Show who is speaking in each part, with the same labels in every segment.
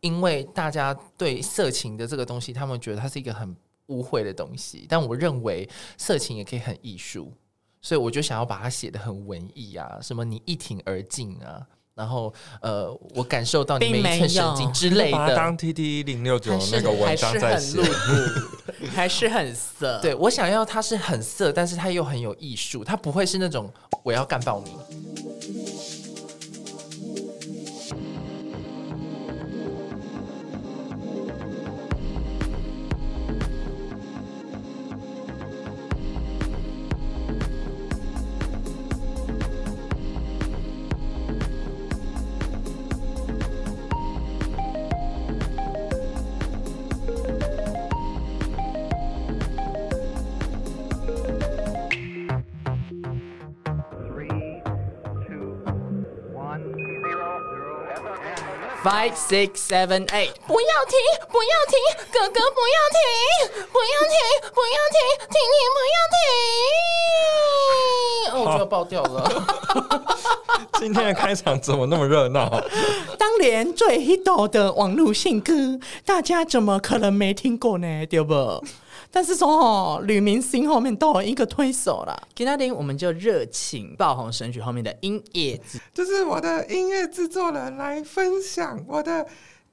Speaker 1: 因为大家对色情的这个东西，他们觉得它是一个很污秽的东西，但我认为色情也可以很艺术，所以我就想要把它写的很文艺啊，什么你一挺而进啊。然后，呃，我感受到你每
Speaker 2: 并
Speaker 1: 一
Speaker 2: 没
Speaker 1: 寸神经
Speaker 2: 有
Speaker 1: 之类
Speaker 3: 把它
Speaker 1: 的
Speaker 3: 当，T T 零六九
Speaker 2: 还是
Speaker 3: 哦那个文章在
Speaker 2: 还是
Speaker 3: 写
Speaker 2: 很，露骨， 还是很色。
Speaker 1: 对我想要它是很色，但是它又很有艺术，它不会是那种我要干爆你。
Speaker 4: Three, two, one, zero, zero, ever and lift.
Speaker 2: Five, six, seven, eight。
Speaker 5: 不要停，不要停，哥哥不要停，不要停，不要停，婷婷不要停。
Speaker 1: 哦，我就要爆掉了！
Speaker 3: 今天的开场怎么那么热闹？
Speaker 2: 当年最 hit 的网络信歌，大家怎么可能没听过呢？对不？但是说哦，女明星后面都有一个推手啦。今天我们就热情爆红神曲后面的音乐季
Speaker 3: 这是我的音乐制作人来分享我的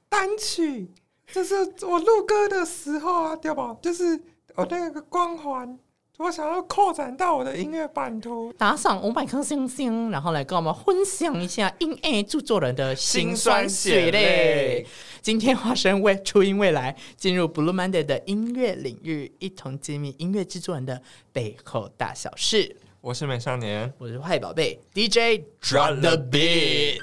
Speaker 3: 单曲，就是我录歌的时候啊，对吧？就是我那个光环，我想要扩展到我的音乐版图。
Speaker 2: 打赏五百颗星星，然后来跟我们分享一下音乐著作人的辛酸血
Speaker 3: 辛酸血
Speaker 2: 泪
Speaker 3: 泪。
Speaker 2: 今天化身为初音未来，进入 Blue Monday 的音乐领域，一同揭秘音乐制作人的背后大小事。
Speaker 3: 我是美少年，
Speaker 2: 我是坏宝贝 DJ
Speaker 3: Drop the beat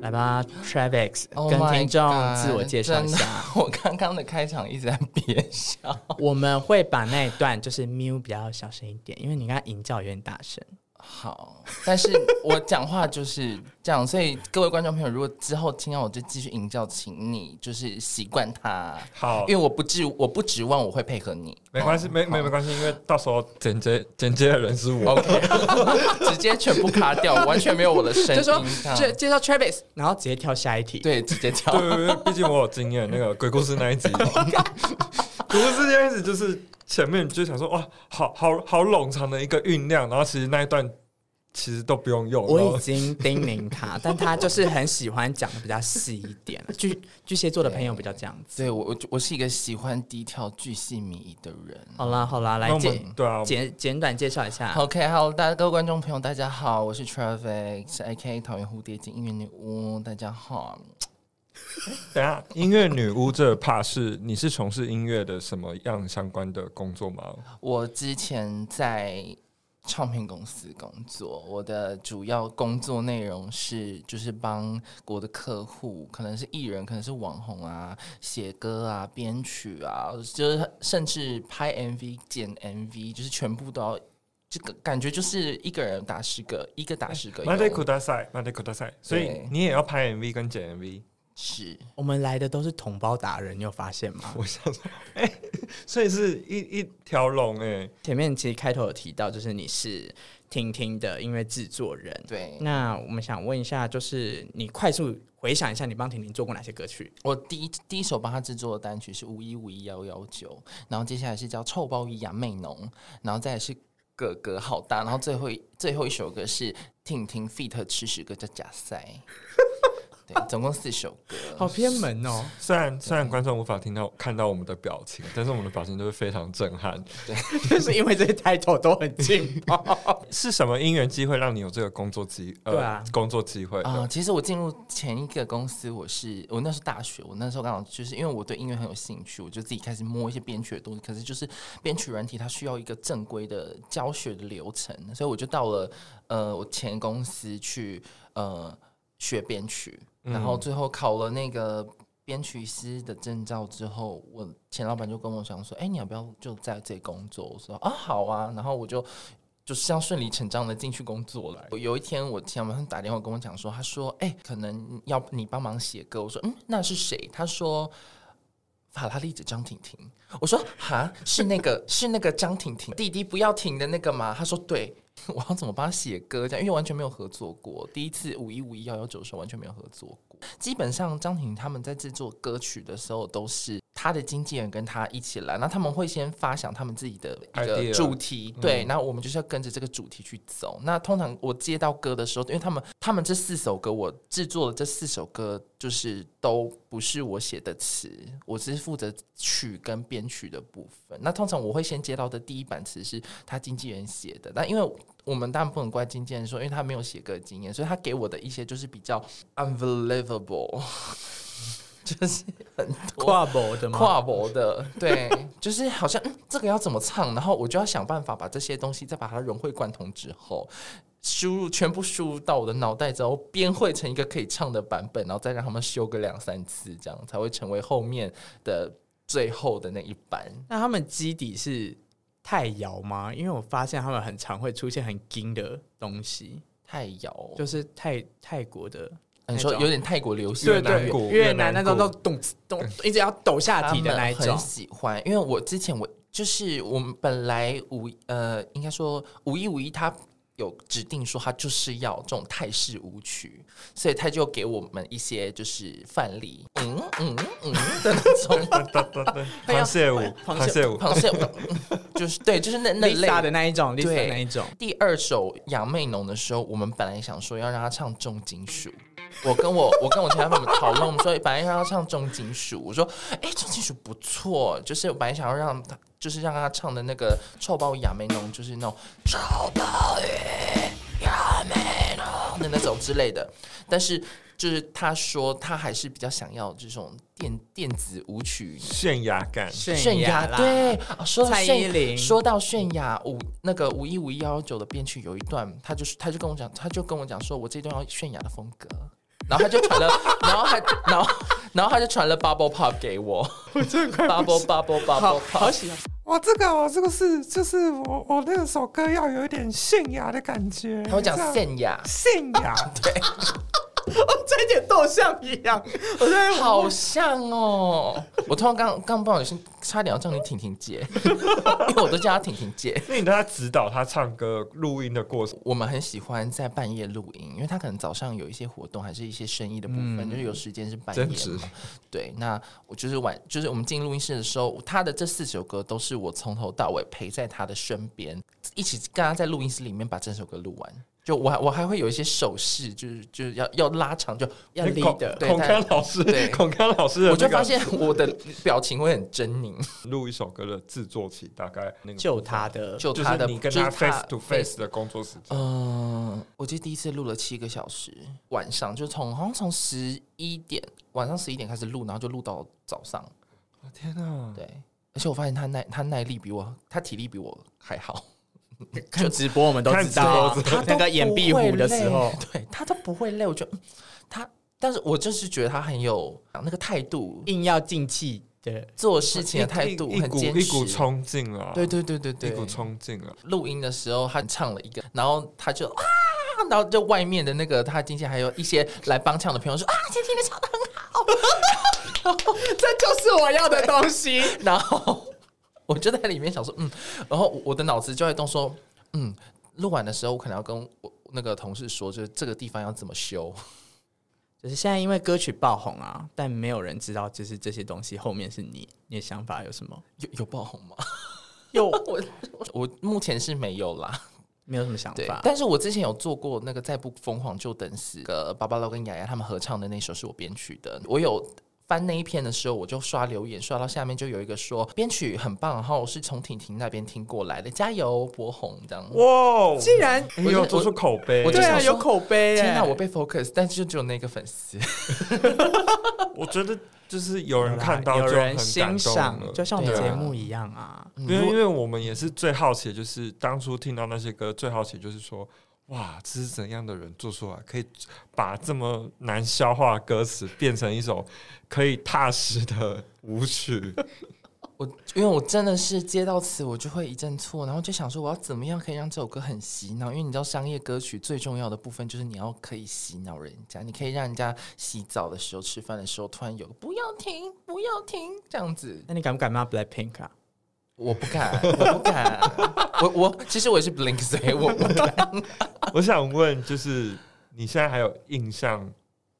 Speaker 2: 来吧，Travis，、
Speaker 1: Oh
Speaker 2: 跟
Speaker 1: my
Speaker 2: 听众
Speaker 1: God，
Speaker 2: 自我介绍
Speaker 1: 真
Speaker 2: 一下。
Speaker 1: 的。我刚刚的开场一直在憋笑。
Speaker 2: 我们会把那一段就是 mu 比较小声一点，因为你刚刚吟叫有点大声。
Speaker 1: 好，但是我讲话就是这样，所以各位观众朋友，如果之后听到我就继续营叫，请你就是习惯它。
Speaker 3: 好
Speaker 1: 因为我不指我不指望我会配合你，
Speaker 3: 没关系，没没没关系，因为到时候剪接剪接的人是我。
Speaker 1: 直接全部卡掉，完全没有我的声音。
Speaker 2: 就说
Speaker 1: 这样
Speaker 2: 介介绍 Travis，然后直接跳下一题。
Speaker 1: 对，直接跳。
Speaker 3: 对对对，毕竟我有经验，那个鬼故事那 一集，鬼故事那一集就是前面就想说哇，好好好冗长的一个酝酿，然后其实那一段其实都不用用，然
Speaker 2: 我
Speaker 3: 后
Speaker 2: 已经叮咛 他，但他就是很喜欢讲的比较细一点。巨巨蟹座的朋友比较这样子。
Speaker 1: 对我我我是一个喜欢低调、巨细靡遗的人。
Speaker 2: 好啦好啦，
Speaker 3: 那
Speaker 2: 来
Speaker 3: 我们
Speaker 2: 简
Speaker 3: 对啊
Speaker 2: 简简短介绍一下。
Speaker 1: OK，Hello，、大家各位观众朋友，大家好，我是 Travis，A.K. 讨厌蝴蝶精音乐女巫，大家好。
Speaker 3: 等一下，音乐女巫这怕是你是从事音乐的什么样相关的工作吗？
Speaker 1: 我之前在唱片公司工作，我的主要工作内容是就是帮我的客户，可能是艺人，可能是网红啊，写歌啊，编曲啊，就是甚至拍 MV、剪 MV，就是全部都要。这个感觉就是一个人打十个，一个打十个。
Speaker 3: 马德库大赛，马德库大赛，所以
Speaker 1: 对
Speaker 3: 你也要拍 MV 跟剪 MV。
Speaker 1: 是
Speaker 2: 我们来的都是同胞达人，你有发现吗？
Speaker 3: 我想说，哎、所以是一一条龙哎，
Speaker 2: 前面其实开头有提到，就是你是婷婷的音乐制作人。
Speaker 1: 对
Speaker 2: 那我们想问一下，就是你快速回想一下，你帮婷婷做过哪些歌曲？
Speaker 1: 我第一第一首帮他制作的单曲是五一五一幺幺九，然后接下来是叫臭鲍鱼杨妹浓，然后再来是哥哥好大，然后最后一最后一首歌是婷婷 feat 吃屎歌叫假赛，对，总共四首歌。
Speaker 2: 好偏门哦！
Speaker 3: 虽然虽然观众无法听到看到我们的表情，但是我们的表情都是非常震撼。
Speaker 2: 就是因为这些 title 都很劲爆。
Speaker 3: 是什么因缘机会让你有这个工作机？呃
Speaker 2: 对啊
Speaker 3: 工作机会的
Speaker 1: 啊、其实我进入前一个公司，我是我那时候大学，我那时候刚好就是因为我对音乐很有兴趣，我就自己开始摸一些编曲的东西。可是就是编曲软体，它需要一个正规的教学的流程，所以我就到了呃我前公司去呃学编曲，然后最后考了那个。编曲师的证照之后，我前老板就跟我讲说：“哎、你要不要就在这工作？”我说：“啊，好啊。”然后我就就是这样顺理成章的进去工作了。我有一天，我前晚上打电话跟我讲说，他说：“哎、可能要你帮忙写歌。”我说：“嗯，那是谁？”他说：“法拉利的张婷婷。”我说：“哈，是那个是那个张婷婷弟弟不要停的那个吗？”他说：“对。” 我要怎么帮他写歌？这样，因为完全没有合作过，第一次五一五一幺幺九的时候完全没有合作过。鼓。基本上张庭他们在制作歌曲的时候，都是他的经纪人跟他一起来，那他们会先发想他们自己的一个
Speaker 3: Idea
Speaker 1: 主题，对，那我们就是要跟着这个主题去走。那通常我接到歌的时候，因为他们他们这四首歌，我制作的这四首歌就是都不是我写的词，我只是负责曲跟编曲的部分。那通常我会先接到的第一版词是他经纪人写的，但因为我们当然不能怪经纪人说，因为他没有写歌经验，所以他给我的一些就是比较 unbelievable，就是很多
Speaker 2: 跨博的吗？
Speaker 1: 跨博的，对，就是好像、嗯、这个要怎么唱，然后我就要想办法把这些东西再把它融会贯通之后，输入全部输入到我的脑袋之后，编绘成一个可以唱的版本，然后再让他们修个两三次，这样才会成为后面的最后的那一版。
Speaker 2: 那他们基底是太摇吗？因为我发现他们很常会出现很金的东西，
Speaker 1: 太摇，
Speaker 2: 就是泰泰国的那
Speaker 1: 你
Speaker 2: 种，
Speaker 1: 说有点泰国流行，
Speaker 2: 对
Speaker 3: 越南
Speaker 2: 对
Speaker 3: 鼓
Speaker 2: 越
Speaker 3: 越南
Speaker 2: 南那种
Speaker 3: 鼓
Speaker 2: 都咚咚一直要抖下
Speaker 1: 他
Speaker 2: 体
Speaker 1: 们
Speaker 2: 的那一种
Speaker 1: 很。喜欢，因为我之前我就是我们本来五呃，应该说五一五一他。有指定说他就是要这种泰式舞曲，所以他就给我们一些就是范例，嗯嗯嗯的那 种
Speaker 3: 螃蟹舞，螃蟹舞，
Speaker 1: 螃蟹，嗯就是对，就是那那
Speaker 2: Lisa
Speaker 1: 类
Speaker 2: 的那一种，Lisa 的
Speaker 1: 对
Speaker 2: 那一种，
Speaker 1: 第二首《杨妹浓》的时候，我们本来想说要让她唱重金属。我跟我我跟我前男友们讨论，我们说本来要唱重金属，我说哎、重金属不错，就是我本来想要让她就是让她唱的那个《臭包杨梅浓》，就是那种臭包杨梅浓的那种之类的，但是。就是她说，她还是比较想要这种电电子舞曲
Speaker 3: 泫雅感，
Speaker 1: 泫雅
Speaker 2: 啦，
Speaker 1: 对，啊说到
Speaker 2: 蔡
Speaker 1: 泫
Speaker 2: 依林
Speaker 1: 说到泫雅五那个五一五一幺幺九的编曲有一段，他就是他就跟我讲，他就跟我讲说，我这段要泫雅的风格，然后他就传了，然后他然后然后他就传了 Bubble Pop 给我，
Speaker 2: 我真的快不
Speaker 1: Bubble Bubble
Speaker 2: 好
Speaker 1: Bubble
Speaker 2: 好
Speaker 1: Pop，
Speaker 2: 喜欢。哦
Speaker 6: 我这个我这个是就是我我那首歌要有一点泫雅的感觉，
Speaker 1: 他会讲
Speaker 6: 这样
Speaker 1: 泫雅，
Speaker 6: 泫雅，
Speaker 2: 我这一点豆像一样，哎我在
Speaker 1: 好像哦，我突然刚刚不小心差点要叫你婷婷姐， 因为我都叫她婷婷姐。
Speaker 3: 那你都在指导他唱歌录音的过程，
Speaker 1: 我们很喜欢在半夜录音，因为他可能早上有一些活动，还是一些生意的部分，
Speaker 3: 嗯
Speaker 1: 就是有时间是半夜
Speaker 3: 增值
Speaker 1: 嘛。对，那我就是晚，就是我们进录音室的时候，他的这四首歌都是我从头到尾陪在他的身边，一起跟他在录音室里面把整首歌录完。就我还我还会有一些手势，就是就是要要拉长，就
Speaker 2: 要
Speaker 3: 那
Speaker 2: lead
Speaker 3: 哎孔
Speaker 2: 的
Speaker 1: 对
Speaker 3: 孔
Speaker 1: 但
Speaker 3: 康老师
Speaker 1: 对，
Speaker 3: 孔康老师的
Speaker 1: 我就
Speaker 3: 那个
Speaker 1: 发现我的表情会很狰狞。
Speaker 3: 录一首歌的制作期大概那个
Speaker 2: 救他的，
Speaker 1: 就
Speaker 3: 就
Speaker 1: 他
Speaker 3: 是
Speaker 1: 的
Speaker 3: 你跟他
Speaker 1: 就是
Speaker 3: face to face 的工作时间，
Speaker 1: 嗯，我记得第一次录了七个小时，晚上就从好像从十一点晚上十一点开始录，然后就录到早上。哦
Speaker 3: 哦天
Speaker 1: 啊
Speaker 3: 啊哪！
Speaker 1: 对，而且我发现他耐他耐力比我，他体力比我还好。
Speaker 2: 看直播我们都
Speaker 3: 看
Speaker 2: 知道啊
Speaker 3: 直，
Speaker 1: 他
Speaker 2: 那个眼壁虎的时候，
Speaker 1: 对他都不会累，我觉得嗯他，但是我就是觉得他很有那个态度，
Speaker 2: 硬要进气的，
Speaker 1: 做事情的态度
Speaker 3: 一
Speaker 1: 很
Speaker 3: 股
Speaker 1: 坚
Speaker 3: 一股
Speaker 1: 持。
Speaker 3: 冲劲啊！
Speaker 1: 对对对对对，
Speaker 3: 一股冲劲啊！
Speaker 1: 录音的时候，他唱了一个，然后他就啊，然后就外面的那个他经纪人还有一些来帮唱的朋友说啊，今天的唱的很好，
Speaker 2: 这就是我要的东西。
Speaker 1: 然后我就在里面想说，嗯，然后我的脑子就在动说，嗯，录完的时候我可能要跟我那个同事说，就是这个地方要怎么修，
Speaker 2: 就是现在因为歌曲爆红啊，但没有人知道，就是这些东西后面是你，你的想法有什么？
Speaker 1: 有有爆红吗？
Speaker 2: 又
Speaker 1: 我我目前是没有啦，
Speaker 2: 没有什么想
Speaker 1: 对
Speaker 2: 法，，
Speaker 1: 但是我之前有做过那个《再不疯狂就等死》的芭芭拉跟雅雅他们合唱的那首是我编曲的，我有。翻那一篇的时候，我就刷留言，刷到下面就有一个说编曲很棒，然后是从婷婷那边听过来的，加油，博红这样。
Speaker 3: 哇，
Speaker 2: 竟然
Speaker 3: 哎
Speaker 1: 我
Speaker 3: 呦，
Speaker 1: 就
Speaker 3: 做出口碑，
Speaker 1: 我就
Speaker 2: 对啊，
Speaker 1: 想说
Speaker 2: 有口碑耶，
Speaker 1: 天哪，我被 focus，但是就只有那个粉丝。
Speaker 3: 我觉得就是有人看到
Speaker 2: 有
Speaker 3: 就很
Speaker 2: 人
Speaker 3: 感
Speaker 2: 欣
Speaker 3: 动了
Speaker 2: 赏，就像我们
Speaker 1: 对啊
Speaker 2: 节目一样啊。
Speaker 3: 因为因为我们也是最好奇，就是当初听到那些歌，最好奇就是说，哇，这是怎样的人做出来，可以把这么难消化的歌词变成一首可以踏实的舞曲？
Speaker 1: 我因为我真的是接到词，我就会一阵错，然后就想说我要怎么样可以让这首歌很洗脑？因为你知道商业歌曲最重要的部分就是你要可以洗脑人家，你可以让人家洗澡的时候、吃饭的时候突然有个不要停、不要停这样子，
Speaker 2: 那你敢不敢骂 Blackpink 啊？
Speaker 1: 我不敢，我不敢，我我其实我也是 Blink，所以我不敢。
Speaker 3: 我想问，就是你现在还有印象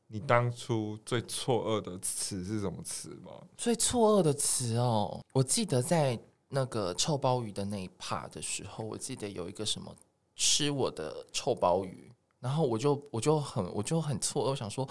Speaker 3: 你当初最错愕的词是什么词吗？
Speaker 1: 最错愕的词哦，我记得在那个臭鲍鱼的那一趴的时候，我记得有一个什么吃我的臭鲍鱼，然后我就我就很我就很错愕，我想说。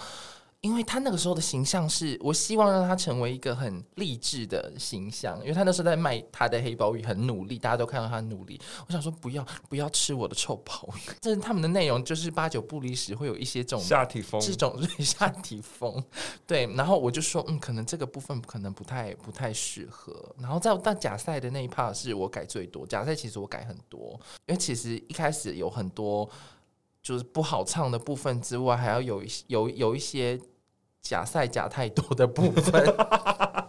Speaker 1: 因为他那个时候的形象是我希望让他成为一个很励志的形象，因为他那时候在卖他的黑鲍鱼，很努力，大家都看到他努力。我想说不要不要吃我的臭鲍鱼， 这是他们的内容就是八九不离十会有一些这种
Speaker 3: 下体风
Speaker 1: 这种是下体风， 对。然后我就说，嗯，可能这个部分可能不太不太适合。然后再到假赛的那一 part 是我改最多，假赛其实我改很多，因为其实一开始有很多就是不好唱的部分之外，还要有一些有有一些假赛假太多的部分。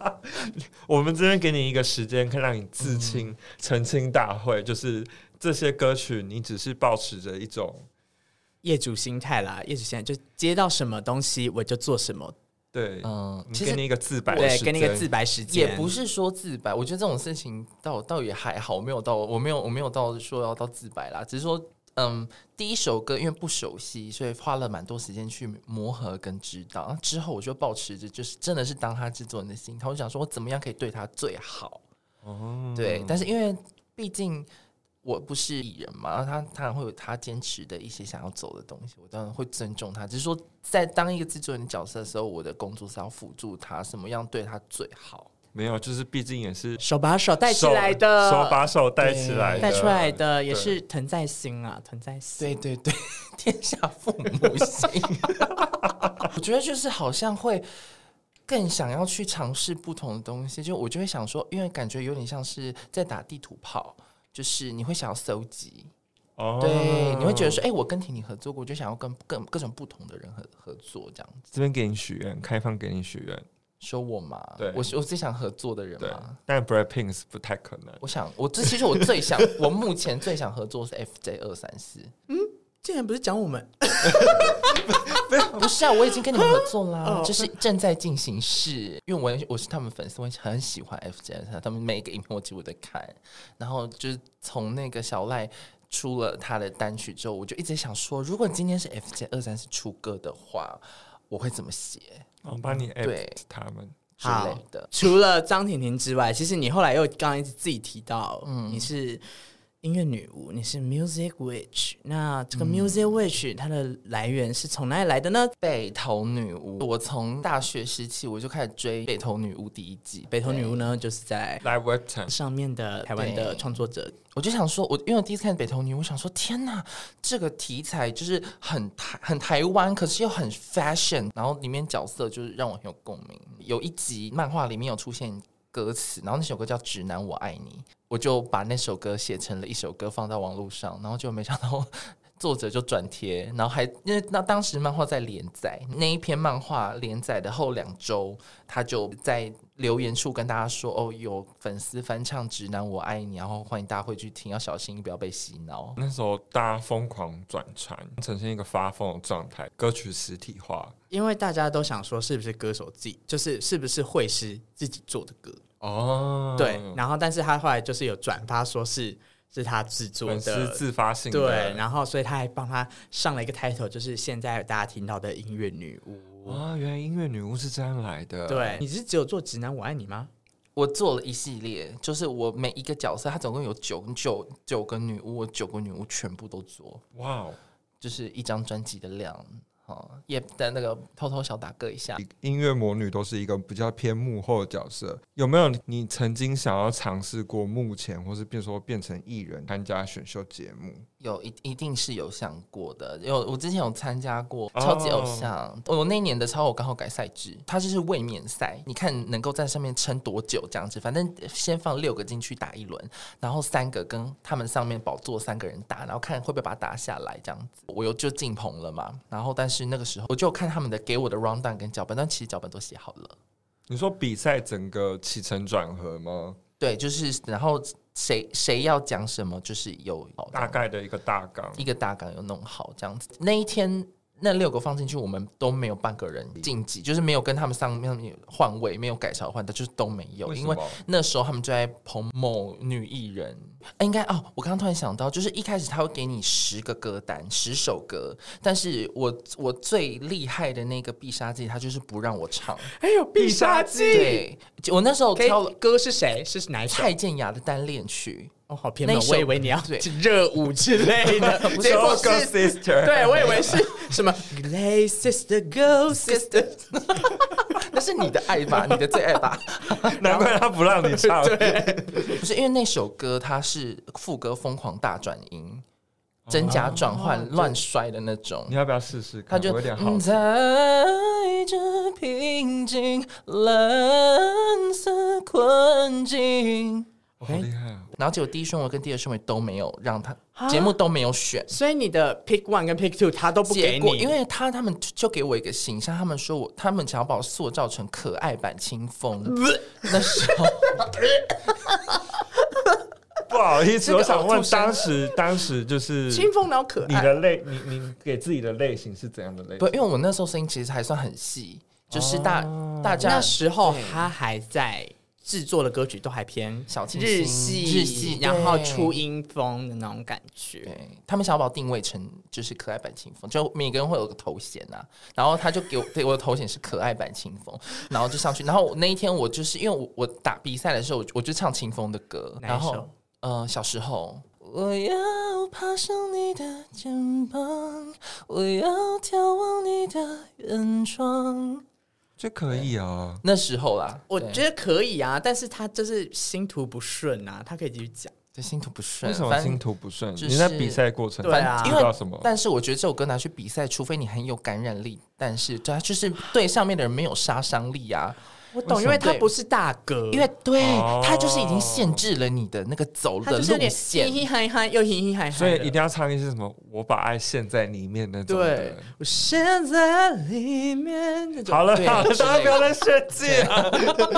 Speaker 3: 我们这边给你一个时间，可以让你自清、
Speaker 2: 嗯
Speaker 3: 澄清大会，就是这些歌曲，你只是保持着一种
Speaker 2: 业主心态啦，业主心态就接到什么东西我就做什么，
Speaker 3: 对，
Speaker 1: 嗯，
Speaker 3: 你
Speaker 1: 其
Speaker 3: 给
Speaker 1: 实
Speaker 3: 你一个自白的
Speaker 2: 对，
Speaker 3: 时
Speaker 2: 给
Speaker 3: 间，
Speaker 2: 你个自白时间，
Speaker 1: 也不是说自白，我觉得这种事情倒倒也还好，没有到我没有我没有到说要到自白啦，只是说。嗯，第一首歌因为不熟悉，所以花了蛮多时间去磨合跟知道。之后我就保持着就是真的是当他制作人的心态，我想说我怎么样可以对他最好。
Speaker 3: 哦
Speaker 1: 对，但是因为毕竟我不是艺人嘛，然后他他会有他坚持的一些想要走的东西，我当然会尊重他。只是说，在当一个制作人的角色的时候，我的工作是要辅助他，什么样对他最好。
Speaker 3: 没有，就是毕竟也是
Speaker 2: 手把手带起来的，
Speaker 3: 手手把手带起来的
Speaker 2: 带出来的也是藤在心啊，藤在心。
Speaker 1: 对对对， 天下父母心。 我觉得就是好像会更想要去尝试不同的东西，就我就会想说，因为感觉有点像是在打地图炮，就是你会想要搜集，
Speaker 3: 哦
Speaker 1: 对，你会觉得说，哎、我跟婷婷合作过，我就想要跟各各种不同的人合合作，这样子。
Speaker 3: 这边给你许愿，开放给你许愿，
Speaker 1: 说我嘛，
Speaker 3: 对
Speaker 1: 我是我最想合作的人
Speaker 3: 对
Speaker 2: 啊
Speaker 1: 嘛。，
Speaker 3: 但 Blackpink 是不太可能。
Speaker 1: 我想，我这其实我最想，我目前最想合作是 FJ 二三四，
Speaker 2: 竟然不是讲我们，
Speaker 1: 不是啊，我已经跟你们合作啦，就是正在进行式。因为我我是他们粉丝，我很喜欢 FJ，他们每一个影片我几乎都看。然后就是从那个小赖出了他的单曲之后，我就一直想说，如果今天是 FJ 二三四出歌的话，我会怎么写
Speaker 2: 嗯
Speaker 3: 我帮你 at
Speaker 1: 对
Speaker 3: 他们，
Speaker 1: 之类的。
Speaker 2: 除了张婷婷之外，其实你后来又刚刚一直自己提到，你是音乐女巫，你是 music witch。那这个 music witch 它的来源是从哪里来的呢？
Speaker 1: 北头女巫，我从大学时期我就开始追北头女巫第一季。
Speaker 2: 北投女巫
Speaker 1: 对，
Speaker 2: 呢，就是在
Speaker 3: 来 w e b t o n
Speaker 2: 上面的台湾的
Speaker 1: 对
Speaker 2: 创作者，
Speaker 1: 我就想说，我因为我第一次看北头女，巫，我想说，天哪，这个题材就是很台很台湾，可是又很 fashion，然后里面角色就是让我很有共鸣。有一集漫画里面有出现歌词，然后那首歌叫《直男我爱你》，我就把那首歌写成了一首歌放到网络上，然后就没想到作者就转贴，然后还因为那当时漫画在连载，那一篇漫画连载的后两周，他就在留言处跟大家说：“哦，有粉丝翻唱《直男我爱你》，然后欢迎大家会去听，要小心不要被洗脑。
Speaker 3: 那时候大家疯狂转传，呈现一个发疯的状态，歌曲实体化。
Speaker 2: 因为大家都想说是不是歌手自己，就是是不是会师自己做的歌，
Speaker 3: 哦，
Speaker 2: 对。然后，但是他后来就是有转发说是是他制作
Speaker 3: 粉丝
Speaker 2: 的，
Speaker 3: 自发性的
Speaker 2: 对。然后，所以他还帮他上了一个 title，就是现在大家听到的音乐女巫。
Speaker 3: 啊，原来音乐女巫是这样来的。
Speaker 2: 对，，你是只有做直男我爱你吗？
Speaker 1: 我做了一系列，就是我每一个角色，它总共有九九九个女巫，我九个女巫全部都做，
Speaker 3: 哇哦，
Speaker 1: 就是一张专辑的量。哦，也在那个偷偷小打歌一下。
Speaker 3: 音乐魔女都是一个比较偏幕后的角色。有没有你曾经想要尝试过幕前，或是变说变成艺人参加选秀节目？
Speaker 1: 有一一定是有想过的，有我之前有参加过超级偶
Speaker 3: 哦
Speaker 1: 像，我那一年的超偶刚好改赛制，它就是卫冕赛，你看能够在上面撑多久这样子，反正先放六个进去打一轮，然后三个跟他们上面宝座三个人打，然后看会不会把他打下来这样子，我又就进棚了嘛，然后但是那个时候我就看他们的给我的 round down 跟脚本，但其实脚本都写好了。
Speaker 3: 你说比赛整个起承转合吗？
Speaker 1: 对，就是然后谁谁要讲什么，就是有
Speaker 3: 大概的一个大纲。
Speaker 1: 一个大纲有弄好这样子。那一天那六个放进去，我们都没有半个人晋级，就是没有跟他们上面有换位，没有改朝换代，就是都没有，
Speaker 3: 为什
Speaker 1: 因
Speaker 3: 么
Speaker 1: 为那时候他们就在捧某女艺人，哎应该哦，我刚刚突然想到，就是一开始他会给你十个歌单，十首歌，但是我我最厉害的那个必杀技，他就是不让我唱。
Speaker 2: 还有哎必杀技，
Speaker 1: 对，我那时候
Speaker 2: 可以
Speaker 1: 挑了
Speaker 2: 歌是谁？是哪一首？
Speaker 1: 蔡健雅的单恋 曲，
Speaker 2: 哦，好偏
Speaker 1: 那
Speaker 2: 门，
Speaker 1: 一首
Speaker 2: 我以为你要
Speaker 1: 对
Speaker 2: 热舞之类 的，结果
Speaker 3: Go
Speaker 2: 是
Speaker 3: Sister，
Speaker 2: 对，我以为是什么 Lay Sister Go Sister，
Speaker 1: 那是你的爱吧，你的最爱吧？
Speaker 3: 难怪他不让 你唱。
Speaker 1: 不是因为那首歌它是副歌疯狂大转音，真假转换乱摔的那种
Speaker 3: 哦你。要不要试试看？
Speaker 1: 他就
Speaker 3: 我有点好
Speaker 1: 嗯
Speaker 3: 奇。
Speaker 1: 在这平静蓝色困境，
Speaker 3: 哇好厉害啊！
Speaker 1: 然后结果第一顺位跟第二顺位都没有让他节目都没有选。
Speaker 2: 所以你的 Pick One 跟 Pick Two 他都不
Speaker 1: 结
Speaker 2: 给
Speaker 1: 果，
Speaker 2: 你，
Speaker 1: 因为他他们就就给我一个形象，他们说我，他们想要把我塑造成可爱版清风。
Speaker 3: 呃
Speaker 1: 那时候，
Speaker 3: 不好意思，
Speaker 1: 这个
Speaker 3: 我想
Speaker 1: 呕
Speaker 3: 问
Speaker 1: 吐，声
Speaker 3: 当时当时就是
Speaker 2: 清风脑可
Speaker 3: 你
Speaker 2: 爱
Speaker 3: 的
Speaker 1: 啊
Speaker 3: 类，你你给自己的类型是怎样的类
Speaker 1: 不，
Speaker 3: 型？
Speaker 1: 因为我那时候声音其实还算很细，就是大、
Speaker 3: 哦
Speaker 1: 大家
Speaker 2: 那时候他还在制作的歌曲都还偏
Speaker 1: 小清新
Speaker 2: 日系
Speaker 1: 日系
Speaker 2: 然后
Speaker 1: 对
Speaker 2: 初音风的那种感觉。
Speaker 1: 对他们想要把我定位成就是可爱版清风，就每个人会有个头衔啊，然后他就给我 对我的头衔是可爱版清风，然后就上去，然后我那一天我就是因为我我打比赛的时候，我我就唱清风的歌，
Speaker 2: 哪一
Speaker 1: 然后
Speaker 2: 首
Speaker 1: 呃小时候。我要爬上你的肩膀，我要眺望你的远窗。
Speaker 3: 这可以啊，
Speaker 1: 那时候啦，
Speaker 2: 我
Speaker 1: 对
Speaker 2: 觉得可以啊，但是他就是星途不顺啊，他可以继续讲。
Speaker 1: 对心途不顺，啊
Speaker 3: 为什么
Speaker 1: 反正
Speaker 3: 星途不顺？
Speaker 1: 就是
Speaker 3: 你在比赛过程，
Speaker 2: 对啊
Speaker 3: 你
Speaker 1: 因
Speaker 3: 知
Speaker 1: 为
Speaker 3: 道什么？
Speaker 1: 但是我觉得这首歌拿去比赛，除非你很有感染力，但是对啊，就是对上面的人没有杀伤力啊。
Speaker 2: 我懂，因为他
Speaker 1: 对
Speaker 2: 不是大哥，
Speaker 1: 因为对
Speaker 3: 哦
Speaker 1: 他就是已经限制了你的那个走
Speaker 2: 他
Speaker 1: 的
Speaker 2: 就是有
Speaker 1: 路
Speaker 2: 点
Speaker 1: 线
Speaker 2: 嘻。嘻嗨嗨，又嘻嘻嗨嗨的，
Speaker 3: 所以一定要唱一些什么“我把爱陷在里面”那种
Speaker 2: 对
Speaker 3: 的。。
Speaker 2: 我现在里面那种
Speaker 3: 好了
Speaker 1: 对
Speaker 3: 好了，
Speaker 1: 之类的啊
Speaker 3: 大家不要再炫技了。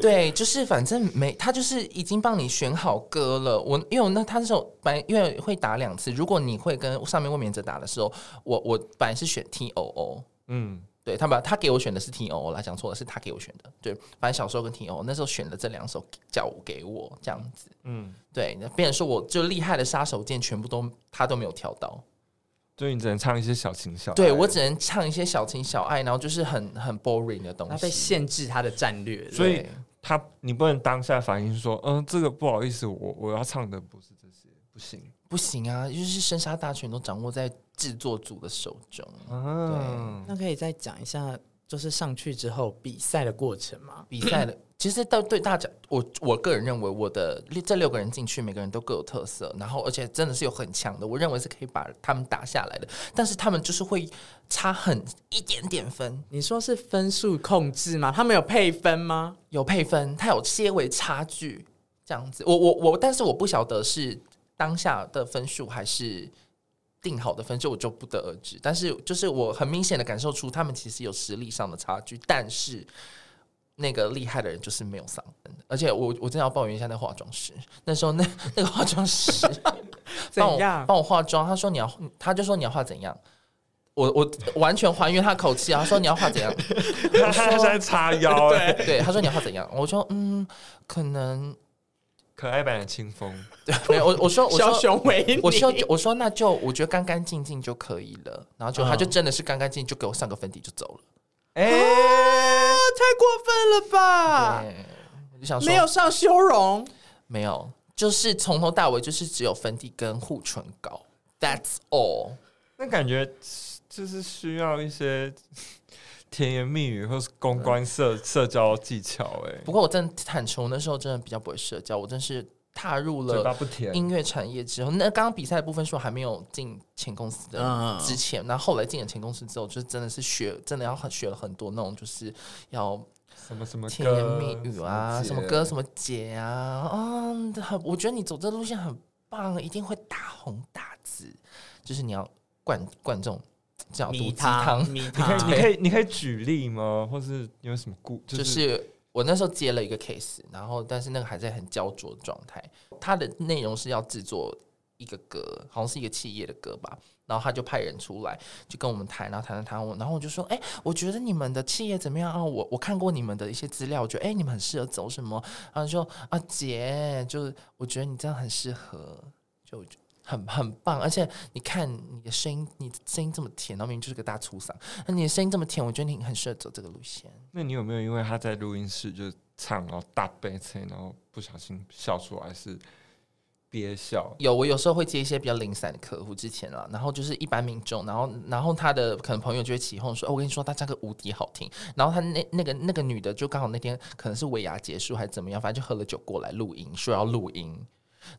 Speaker 1: 对，就是反正没他就是已经帮你选好歌了。我因为我那他那时候本来因为会打两次，如果你会跟上面卫冕者打的时候，我我本来是选 T O O。
Speaker 3: 嗯，
Speaker 1: 对他把他给我选的是 T O 啦，讲错了是他给我选的。对，反正小时候跟 T O 那时候选了这两首叫我给我这样子。
Speaker 3: 嗯，
Speaker 1: 对，那变成说我就厉害的杀手锏全部都他都没有挑到，
Speaker 3: 所以你只能唱一些小情小爱。
Speaker 1: 对我只能唱一些小情小爱，然后就是很很 boring 的东
Speaker 2: 他被
Speaker 1: 西。
Speaker 2: 限制他的战略了。
Speaker 3: 所以
Speaker 1: 对
Speaker 3: 他，你不能当下反应说，嗯，这个不好意思，我我要唱的不是这些，不行
Speaker 1: 不行啊，就是生杀大权都掌握在制作组的手中。
Speaker 3: 啊。
Speaker 2: 那可以再讲一下，就是上去之后比赛的过程吗？
Speaker 1: 比赛的其实到对大家，我我个人认为我的这六个人进去，每个人都各有特色，然后而且真的是有很强的，我认为是可以把他们打下来的，但是他们就是会差很一点点分，
Speaker 2: 你说是分数控制吗？他们有配分吗？
Speaker 1: 有配分，它有些微差距这样子。我我我，但是我不晓得是当下的分数还是定好的分数，我就不得而知。但是就是我很明显的感受出他们其实有实力上的差距，但是。那个厉害的人就是没有上分的，而且我我真的要抱怨一下那化妆师，那时候那那个化妆 师
Speaker 2: 怎
Speaker 1: 帮我
Speaker 2: 样？
Speaker 1: 帮我化妆，他说你要，他就说你要化怎样，我我完全还原他口气啊，他说你要化怎样，
Speaker 3: 他他现在叉腰，哎，
Speaker 1: 对，他说你要画怎样？我说嗯，可能
Speaker 3: 可爱版的清风。
Speaker 1: 没有。我我说我
Speaker 2: 小
Speaker 1: 说
Speaker 2: 熊维尼，
Speaker 1: 我说我说那就我觉得干干净净就可以了。然后就、
Speaker 2: 嗯
Speaker 1: 他就真的是干干净，净，就给我上个粉底就走了。
Speaker 3: 哎、
Speaker 2: 啊太过分了吧？
Speaker 1: 对，我就想说
Speaker 2: 啊没有上修容，
Speaker 1: 没有，就是从头到尾就是只有粉底跟护唇膏，That's all。
Speaker 3: 那感觉就是需要一些 甜言蜜语或是公关社社交技巧、欸
Speaker 1: 不过我真的坦诚，我那时候真的比较不会社交，我真是踏入
Speaker 3: 哎，嘴巴
Speaker 1: 了。
Speaker 3: 不甜。
Speaker 1: 音乐产业之后，那刚刚比赛的部分是我还没有进前公司的
Speaker 2: 嗯
Speaker 1: 之前，那后来进了前公司之后，就是真的是学，真的要很学了很多那种，就是要
Speaker 3: 什么什么
Speaker 1: 甜言
Speaker 3: 歌
Speaker 1: 蜜语啊，什么
Speaker 3: 节
Speaker 1: 歌什么姐啊，啊，很，我觉得你走这路线很棒，一定会大红大紫。就是你要灌灌这种叫毒
Speaker 2: 米
Speaker 1: 鸡汤，
Speaker 2: 米
Speaker 3: 你可以，
Speaker 2: 哦汤
Speaker 3: 你。可以，你可以举例吗？或是你有什么故？
Speaker 1: 就是、我那时候接了一个 case，然后但是那个还在很焦灼的状态，它的内容是要制作一个歌，好像是一个企业的歌吧。然后他就派人出来，就跟我们谈，然后谈谈谈我，然后我就说，哎、我觉得你们的企业怎么样啊？我我看过你们的一些资料，我觉得哎、你们很适合走什么？然后就说啊，姐，就是我觉得你这样很适合，就很很棒，而且你看你的声音，你的声音这么甜，然后明明就是个大粗嗓，那你的声音这么甜，我觉得你很适合走这个路线。
Speaker 3: 那你有没有因为他在录音室就唱，然后大悲催，然后不小心笑出来是憋笑？
Speaker 1: 有，我有时候会接一些比较零散的客户，之前啊，然后就是一般民众，然后然后他的可能朋友就会起哄说，哦，我跟你说他唱歌无敌好听，然后他那那个那个女的就刚好那天可能是尾牙结束还是怎么样，反正就喝了酒过来录音，说要录音，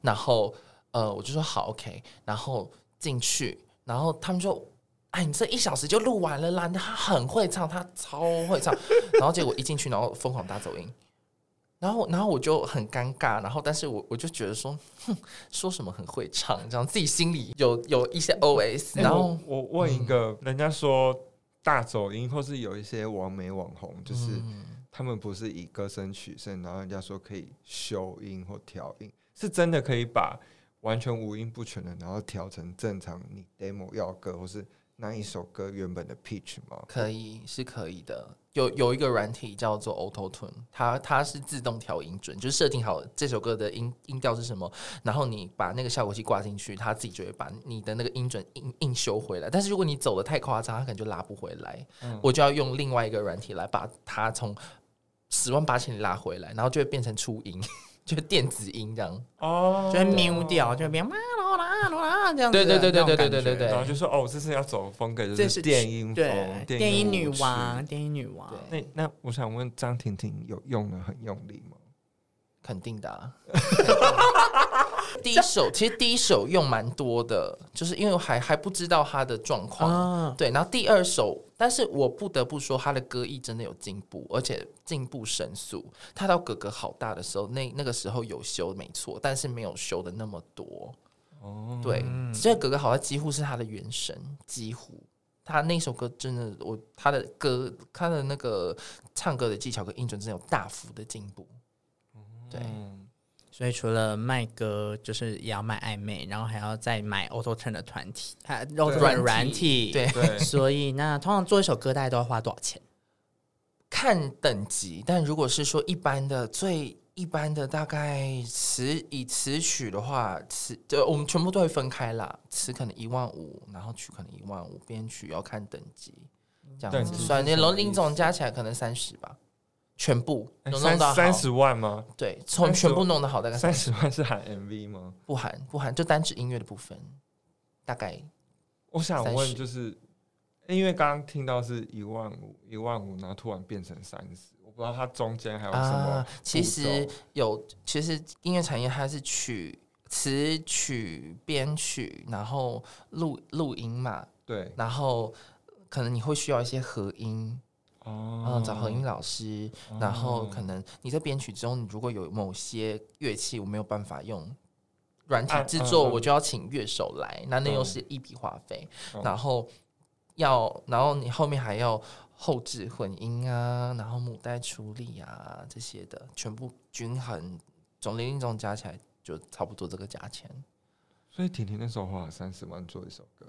Speaker 1: 然后呃我就说好 OK，然后进去，然后他们说。哎，你这一小时就录完了啦！他很会唱，他超会唱。然后结果一进去，然后疯狂大走音，然后然后我就很尴尬。然后但是我我就觉得说，说什么很会唱，这样自己心里有有一些 OS，
Speaker 3: 欸
Speaker 1: 然后
Speaker 3: 我我问一个，人家说大走音，或是有一些网美网红，就是他们不是以歌声取胜，然后人家说可以修音或调音，是真的可以把完全五音不全的，然后调成正常你 demo 要的歌或是那一首歌原本的 pitch 吗？
Speaker 1: 可以是可以的。有有一个软体叫做 Auto Tune，它它是自动调音准，就是设定好这首歌的音音调是什么，然后你把那个效果器挂进去，它自己就会把你的那个音准硬硬修回来。但是如果你走的太夸张，它可能就拉不回来。我就要用另外一个软体来把它从十万八千里拉回来，然后就会变成初音， 就是电子音这样。
Speaker 3: 哦
Speaker 2: 就会喵掉，就会变啦啦啦啦这样子
Speaker 1: 对
Speaker 2: 的
Speaker 1: 对
Speaker 2: 那种感觉。
Speaker 1: 对对对对对对对
Speaker 3: 然后就说哦，我这次要走的风格
Speaker 2: 这
Speaker 3: 就是是电音
Speaker 2: 对
Speaker 3: 风，
Speaker 2: 电
Speaker 3: 音
Speaker 2: 影女
Speaker 3: 舞曲
Speaker 2: 王，。电影女王。
Speaker 1: 对
Speaker 3: 那那我想问张婷婷有用的很用力吗？
Speaker 1: 肯定的、啊。 第一首 其实第一首用蛮多的，就是因为我还还不知道他的状况。
Speaker 2: 啊
Speaker 1: 对，然后第二首，但是我不得不说他的歌艺真的有进步，而且进步神速。他到哥哥好大的时候，那那个时候有修没错，但是没有修的那么多。
Speaker 3: 哦，
Speaker 1: 对，所以哥哥好像几乎是他的原神，几乎他那首歌真的，我他的歌，他的那个唱歌的技巧跟音准真的有大幅的进步。对，
Speaker 3: 嗯
Speaker 2: 所以除了卖歌，就是也要卖暧昧，然后还要再买哦 Auto Turn 的团体，啊还有软软体。
Speaker 1: 对，
Speaker 3: 对，
Speaker 2: 所以那通常做一首歌，大概都要花多少钱？
Speaker 1: 看等级，但如果是说一般的最。一般的大概词以词曲的话，词就我们全部都会分开啦。词可能一万五，然后曲可能一万五，编曲要看等级，这样
Speaker 3: 等
Speaker 1: 子
Speaker 3: 级是
Speaker 1: 算。
Speaker 3: 什
Speaker 1: 你
Speaker 3: 么
Speaker 1: 龙
Speaker 3: 意
Speaker 1: 林
Speaker 3: 思
Speaker 1: 总加起来可能三十吧，全部
Speaker 3: 哎
Speaker 1: 弄弄
Speaker 3: 三
Speaker 1: 到
Speaker 3: 三
Speaker 1: 好
Speaker 3: 十万吗？
Speaker 1: 对，从全部弄得好大概
Speaker 3: 三
Speaker 1: 三
Speaker 3: 十万是含 MV 吗？
Speaker 1: 不含不含，就单指音乐的部分，大概
Speaker 3: 我想问，
Speaker 1: 30
Speaker 3: 就是欸因为刚刚听到是一万五，一万五，然后突然变成三十，我不知道它中间还有什么
Speaker 1: 啊
Speaker 3: 步骤。，
Speaker 1: 其实有，其实音乐产业它是曲词曲编曲，然后录录音嘛，
Speaker 3: 对
Speaker 1: 然后可能你会需要一些合音，
Speaker 3: 哦
Speaker 1: 嗯，找合音老师，然后可能你在编曲中，你如果有某些乐器我没有办法用。软体
Speaker 3: 啊
Speaker 1: 制作，
Speaker 3: 嗯嗯
Speaker 1: 我就要请乐手来，那那又
Speaker 3: 嗯
Speaker 1: 是一笔花费，
Speaker 3: 嗯
Speaker 1: 然后要，然后你后面还要后置混音啊，然后母带处理啊这些的，全部均衡，总零零总加起来就差不多这个价钱。
Speaker 3: 所以婷婷那时候花了三十万做一首歌，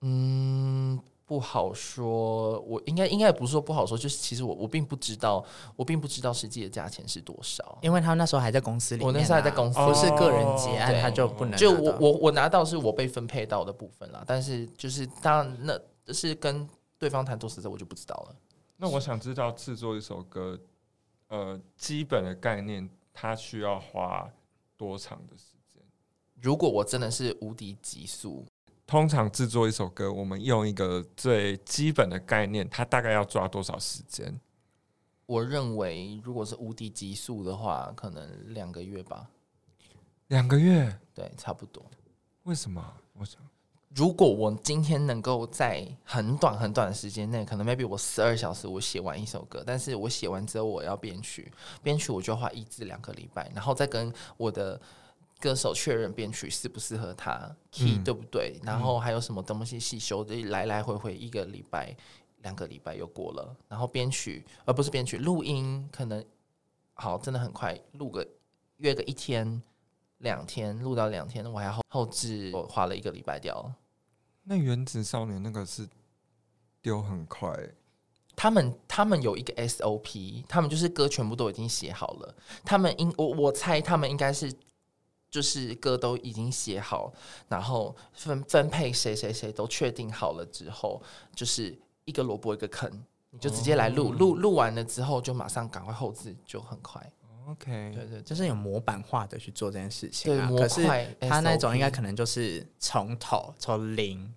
Speaker 1: 嗯，不好说，我应该应该也不是说不好说，就是其实我我并不知道，我并不知道实际的价钱是多少。
Speaker 2: 因为他那时候还在公司里面啊，
Speaker 1: 我那时候还在公司
Speaker 2: 不是个人结
Speaker 1: 哦
Speaker 2: 案，
Speaker 1: 对
Speaker 2: 他就不能拿到。
Speaker 1: 就我我我拿到是我被分配到的部分啦，但是就是当然那是跟对方谈多少，这我就不知道了。
Speaker 3: 那我想知道制作一首歌，呃，基本的概念，它需要花多长的时间？
Speaker 1: 如果我真的是无敌极速，
Speaker 3: 通常制作一首歌，我们用一个最基本的概念，它大概要抓多少时间？
Speaker 1: 我认为如果是无敌极速的话，可能两个月吧，
Speaker 3: 两个月？
Speaker 1: 对，差不多。
Speaker 3: 为什么？我想，
Speaker 1: 如果我今天能够在很短很短的时间内，可能 maybe 我十二小时我写完一首歌，但是我写完之后我要编曲，编曲我就要花一至两个礼拜，然后再跟我的歌手确认编曲适不适合他 key、对不对，然后还有什么东西细修，就来来回回一个礼拜、两个礼拜又过了，然后编曲而、不是编曲录音，可能好真的很快录个约个一天。两天，录到两天，我还后后置，我花了一个礼拜掉。
Speaker 3: 那原子少年那个是丢很快欸、
Speaker 1: 他们他们有一个 SOP，他们就是歌全部都已经写好了。他们应我我猜他们应该是就是歌都已经写好，然后分分配谁谁谁都确定好了之后，就是一个萝卜一个坑，你就直接来
Speaker 2: 哦
Speaker 1: 录，录录完了之后就马上赶快后置，就很快。
Speaker 3: OK，
Speaker 1: 对对对
Speaker 2: 就是有模板化的去做这件事情
Speaker 1: 对，
Speaker 2: 嗯啊。
Speaker 1: 模
Speaker 2: 可是
Speaker 1: 块
Speaker 2: 他那种
Speaker 1: SOP
Speaker 2: 应该可能就是从头从零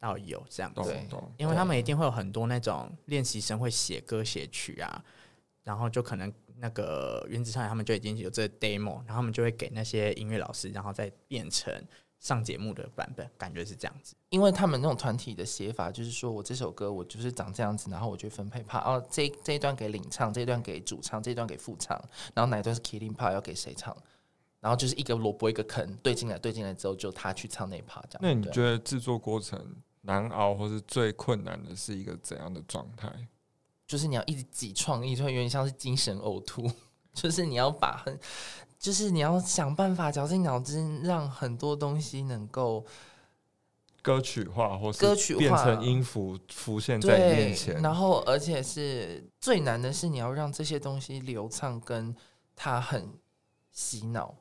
Speaker 2: 到有这样子，
Speaker 1: 对啊
Speaker 3: 懂懂。
Speaker 2: 因为他们一定会有很多那种练习生会写歌写曲啊，然后就可能那个原子少年他们就已经有这个 demo，然后他们就会给那些音乐老师，然后再变成上节目的版本，感觉是这样子。
Speaker 1: 因为他们那种团体的写法，就是说我这首歌我就是长这样子，然后我就分配 part，哦，这这一段给领唱，这一段给主唱，这一段给副唱，然后哪一段是 killing part 要给谁唱，然后就是一个萝卜一个坑对进来，对进来之后就他去唱那一 part 这样。
Speaker 3: 那你
Speaker 1: 对啊
Speaker 3: 觉得制作过程难熬，或是最困难的是一个怎样的状态？
Speaker 1: 就是你要一直挤创意，就会有点像是精神呕吐，就是你要把很，就是你要想办法绞尽脑汁让很多东西能够
Speaker 3: 歌曲化，或是
Speaker 1: 歌曲化
Speaker 3: 变成音符浮现在你
Speaker 1: 对
Speaker 3: 面，前，
Speaker 1: 然后而且是最难的是你要让这些东西流畅，跟它很洗脑。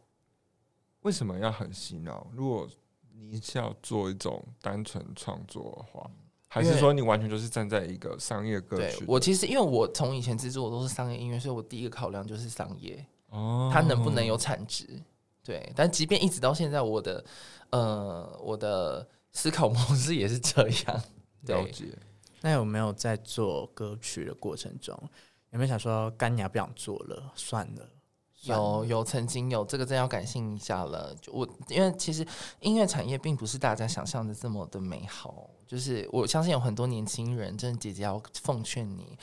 Speaker 3: 为什么要很洗脑？如果你是要做一种单纯创作的话，还
Speaker 1: 因
Speaker 3: 是
Speaker 1: 为
Speaker 3: 说你完全就是站在一个商业歌
Speaker 1: 嗯对
Speaker 3: 曲？
Speaker 1: 我其实因为我从以前制作我都是商业音乐，所以我第一个考量就是商业，
Speaker 3: 哦
Speaker 1: 它能不能有产值。对，但即便一直到现在，我的呃我的思考模式也是这样。
Speaker 3: 了
Speaker 1: 对，
Speaker 3: 解？
Speaker 2: 那有没有在做歌曲的过程中，有没有想说干牙不想做了，算了？算了
Speaker 1: 有有曾经有这个真要感性一下了。就我因为其实音乐产业并不是大家想象的这么的美好，就是我相信有很多年轻人，真的姐姐要奉劝你。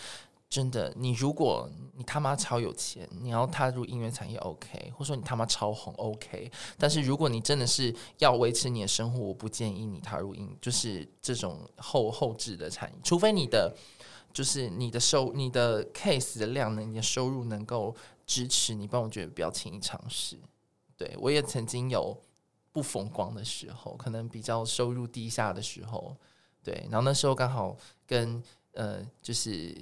Speaker 1: 真的，你如果你他妈超有钱，你要踏入音乐产业 OK，或者说你他妈超红 OK，但是如果你真的是要维持你的生活，我不建议你踏入音，就是这种后后置的产业，除非你的就是你的收你的 case 的量呢，你的收入能够支持你，不然我觉得不要轻易尝试。对我也曾经有不风光的时候，可能比较收入低下的时候，对，然后那时候刚好跟呃就是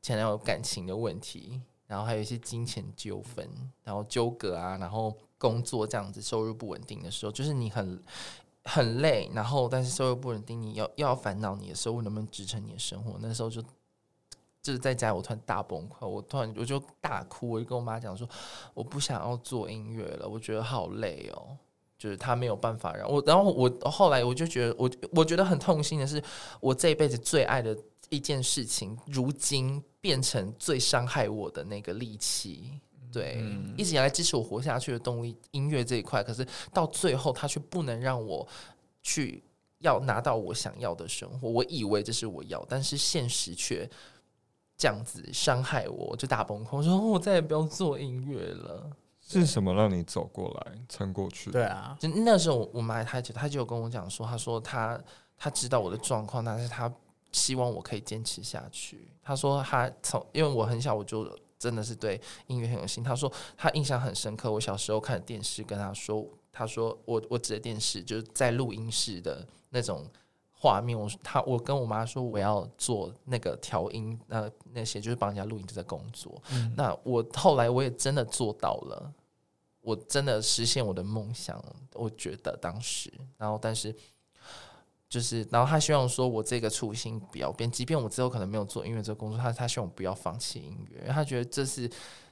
Speaker 1: 前男友有感情的问题，然后还有一些金钱纠纷，然后纠葛啊，然后工作这样子收入不稳定的时候，就是你很。很累，然后但是收入不稳定，你要要烦恼你的收入能不能支撑你的生活。那时候就就是在家，我突然大崩溃，我突然我就大哭，我就跟我妈讲说，我不想要做音乐了，我觉得好累哦。就是她没有办法让我，然后我后来我就觉得我我觉得很痛心的是，我这一辈子最爱的一件事情，如今变成最伤害我的那个利器。对，一直以来支持我活下去的动力，音乐这一块，可是到最后，它却不能让我去要拿到我想要的生活。我以为这是我要，但是现实却这样子伤害我，我就大崩溃。我说哦我再也不要做音乐了。
Speaker 3: 是什么让你走过来、撑过去？
Speaker 2: 对，啊，
Speaker 1: 就那时候我我妈她就她就有跟我讲说，她说她她知道我的状况，但是她希望我可以坚持下去。她说她从因为我很小我就真的是对音乐很有心，她说她印象很深刻，我小时候看的电视跟她说，她说我我指的电视就是在录音室的那种。画面，我她我跟我妈说我要做那个调音，呃，那些就是帮人家录音这个工作。那我后来我也真的做到了，我真的实现我的梦想，我觉得当时，然后但是就是，然后他希望说我这个初心不要变，即便我之后可能没有做音乐这个工作，他他希望我不要放弃音乐，因为他觉得这是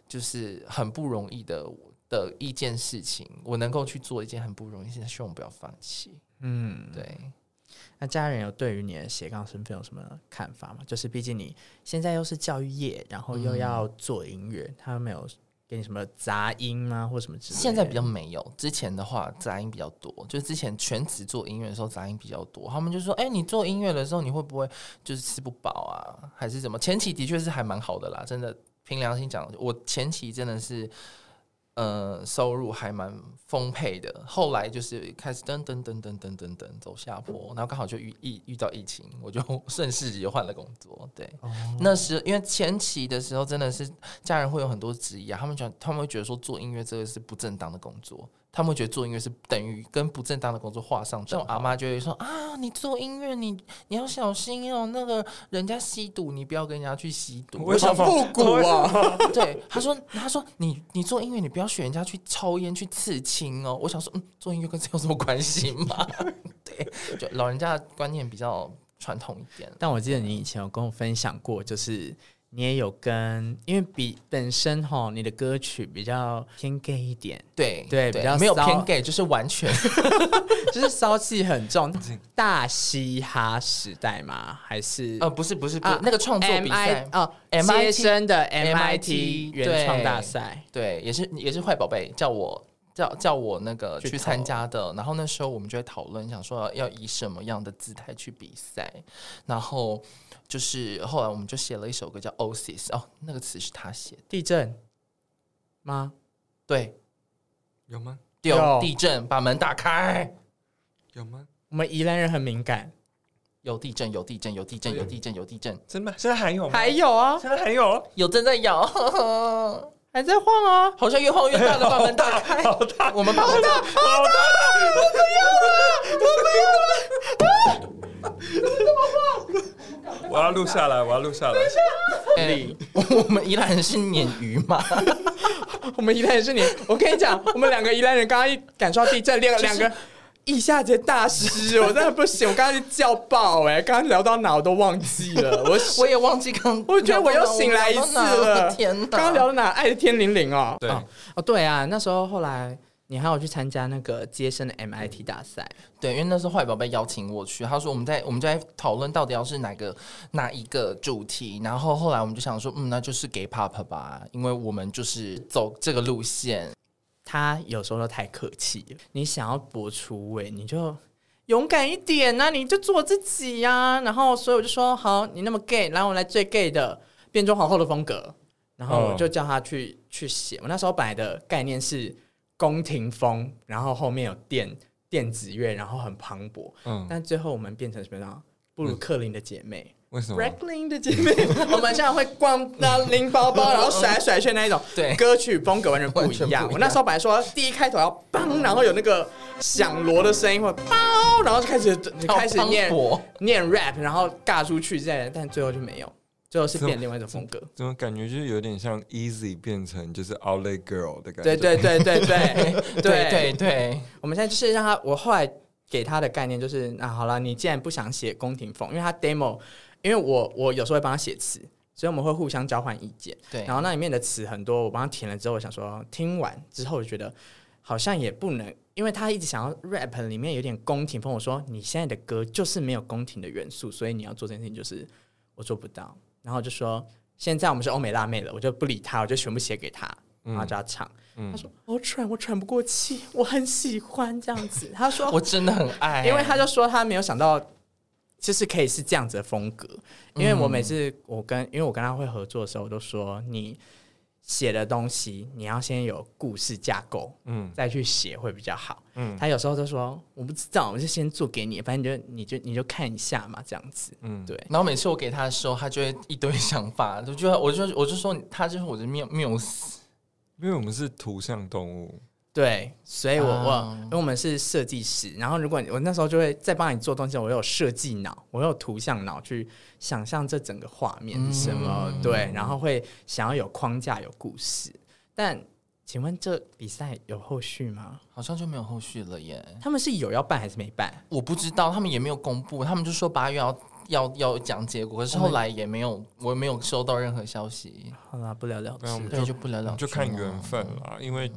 Speaker 1: 就是很不容易的的一件事情，我能够去做一件很不容易的事情，他希望我不要放弃。
Speaker 2: 嗯，
Speaker 1: 对，
Speaker 2: 那家人有对于你的斜杠身份有什么看法吗？就是毕竟你现在又是教育业，然后又
Speaker 1: 嗯
Speaker 2: 要做音乐，他们没有给你什么杂音吗，或什么之类的？
Speaker 1: 现在比较没有，之前的话杂音比较多，就是之前全职做音乐的时候杂音比较多。他们就说：“哎、你做音乐的时候，你会不会就是吃不饱啊，还是怎么？”前期的确是还蛮好的啦，真的，凭良心讲，我前期真的是。呃，收入还蛮丰沛的。后来就是开始噔噔噔噔噔噔噔走下坡，然后刚好就遇遇遇到疫情，我就 顺势也换了工作。对，那时因为前期的时候真的是家人会有很多质疑啊，他们讲他们会觉得说做音乐这个是不正当的工作，他们会觉得做音乐是等于跟不正当的工作画上等号。但我阿妈就会说啊，你做音乐，你你要小心哦，那个人家吸毒，你不要跟人家去吸毒。
Speaker 3: 为什么
Speaker 2: 复古 啊，
Speaker 1: 对，他说，他说你你做音乐，你不要学人家去抽烟、去刺青哦。我想说，嗯，做音乐跟这有什么关系吗？ 对，就老人家的观念比较传统一点。
Speaker 2: 但我记得你以前有跟我分享过，就是你也有跟，因为比本身哈，你的歌曲比较偏 gay 一点，
Speaker 1: 对
Speaker 2: 对比较
Speaker 1: 没有
Speaker 2: 骚
Speaker 1: 偏 gay，就是完全
Speaker 2: 就是骚气 很重，
Speaker 1: 嗯
Speaker 2: 大嘻哈时代吗？还是
Speaker 1: 呃，不是不是不是、
Speaker 2: 啊
Speaker 1: 那个创作比赛
Speaker 2: MI 哦，
Speaker 1: MIT
Speaker 2: 接生的
Speaker 1: MIT
Speaker 2: MIT 原创大赛，
Speaker 1: 对，也是也是坏宝贝叫我叫叫我那个
Speaker 2: 去
Speaker 1: 去
Speaker 2: 投
Speaker 1: 参加的。然后那时候我们就会讨论，想说要以什么样的姿态去比赛。然后就是后来我们就写了一首歌叫《Oasis》，哦，那个词是他写的，
Speaker 2: 地震吗？
Speaker 1: 对，
Speaker 3: 有吗？
Speaker 1: 有
Speaker 2: 有
Speaker 1: 地震，把门打开。
Speaker 3: 有吗？
Speaker 2: 我们宜兰人很敏感，
Speaker 1: 有地震，有地震，有地震，有地震，有地震，
Speaker 3: 真的？现在还有吗？
Speaker 2: 还有啊，
Speaker 3: 现在还有？
Speaker 1: 有正在摇，呵呵
Speaker 2: 还在晃啊，
Speaker 1: 好像越晃越大了，把门打 开。我们把门打开。
Speaker 3: 我要录下来，我要录 下来。
Speaker 1: 哎 我们依然是鲶鱼嘛，
Speaker 2: 我们宜兰人是你，我跟你 讲，我们两个宜兰人刚刚一感受到地震，两两个一下子大 师，我真的不行，我刚刚就叫爆哎、刚刚聊到哪我都忘记 了，我
Speaker 1: 我也忘记刚，
Speaker 2: 我觉得我又醒来一次了，
Speaker 1: 天哪！
Speaker 2: 刚刚聊到哪？爱的天灵灵哦，
Speaker 3: 对
Speaker 2: 哦哦对啊，那时候后来你还有去参加那个接生的 MIT 大赛，
Speaker 1: 对，因为那时候坏宝贝邀请我去，他说我们在我们就在讨论到底要是哪个哪一个主题，然后后来我们就想说，嗯，那就是 gay pop 吧，因为我们就是走这个路线。
Speaker 2: 他有时候都太客气了，你想要搏出位，你就勇敢一点呐、你就做自己呀、然后，所以我就说好，你那么 gay，然后我来最 gay 的变装皇后的风格。然后我就叫他去、去写。我那时候摆的概念是宫廷风，然后后面有电电子乐，然后很磅礴。
Speaker 3: 嗯，
Speaker 2: 但最后我们变成什么呢？布鲁克林的姐妹。
Speaker 3: 为什
Speaker 2: b r
Speaker 3: 么
Speaker 2: a？c l i n 的姐妹，我们现在会逛到拎包包，然后甩来甩去那一 种，
Speaker 1: 对
Speaker 2: 歌曲风格完全不一
Speaker 1: 完全
Speaker 2: 样
Speaker 1: 不。一样
Speaker 2: 我那时候本来说第一开头要梆，然后有那个响锣的声音或包，然后就开始就开始念
Speaker 1: 好磅礴
Speaker 2: 念 rap，然后尬出去这样，但最后就没有，最 后是变另外一种风格。
Speaker 3: 怎么感觉就是有点像 Easy 变成就是 Outlet Girl 的感
Speaker 2: 对
Speaker 3: 觉？
Speaker 2: 对对对 对
Speaker 1: 对对对，
Speaker 2: 我们现在就是让他，我后来给他的概念就是，那、好了，你既然不想写宫廷风，因为他 demo，因为我我有时候会帮他写词，所以我们会互相交换意见。
Speaker 1: 对
Speaker 2: 然后那里面的词很多，我帮他填了之后，我想说听完之后，我觉得好像也不能，因为他一直想要 rap 里面有点宫廷风，我说你现在的歌就是没有宫廷的元素，所以你要做这件事情就是我做不到。然后我就说现在我们是欧美辣妹了，我就不理他，我就全部写给他，然后叫他唱。他说：“好喘，我喘不过气，我很喜欢这样子。”他说：“
Speaker 1: 我真的很爱，
Speaker 3: 哎
Speaker 2: 因为他就说他没有想到，就是可以是这样子的风格。
Speaker 3: 嗯
Speaker 2: 因为我每次我跟因为我跟他会合作的时候，我都说你写的东西你要先有故事架构，嗯
Speaker 3: 嗯，
Speaker 2: 再去写会比较好。
Speaker 3: 嗯
Speaker 2: 他有时候就说我不知道，我就先做给你，反正你就你就你就看一下嘛，这样子。嗯，
Speaker 3: 嗯
Speaker 2: 对。
Speaker 1: 然后每次我给他的时候，他就会一堆想法，就觉得我就我就说他就是我的缪缪斯，
Speaker 3: 因为我们是图像动物，
Speaker 2: 对，所以我、我
Speaker 1: 啊
Speaker 2: 因为我们是设计师，然后如果你我那时候就会在帮你做东西，我有设计脑，我有图像脑去想象这整个画面是什么，对，然后会想要有框架、有故事。但请问这比赛有后续吗？
Speaker 1: 好像就没有后续了耶。
Speaker 2: 他们是有要办还是没办？
Speaker 1: 我不知道，他们也没有公布，他们就说八月要要要讲结果，可是后来也没有，我也没有收到任何消息，
Speaker 2: 好啦，不了了之
Speaker 3: 那。我们
Speaker 1: 对，就不了了之
Speaker 3: 就看
Speaker 1: 了
Speaker 3: 缘分
Speaker 2: 嗯
Speaker 3: 啦。因为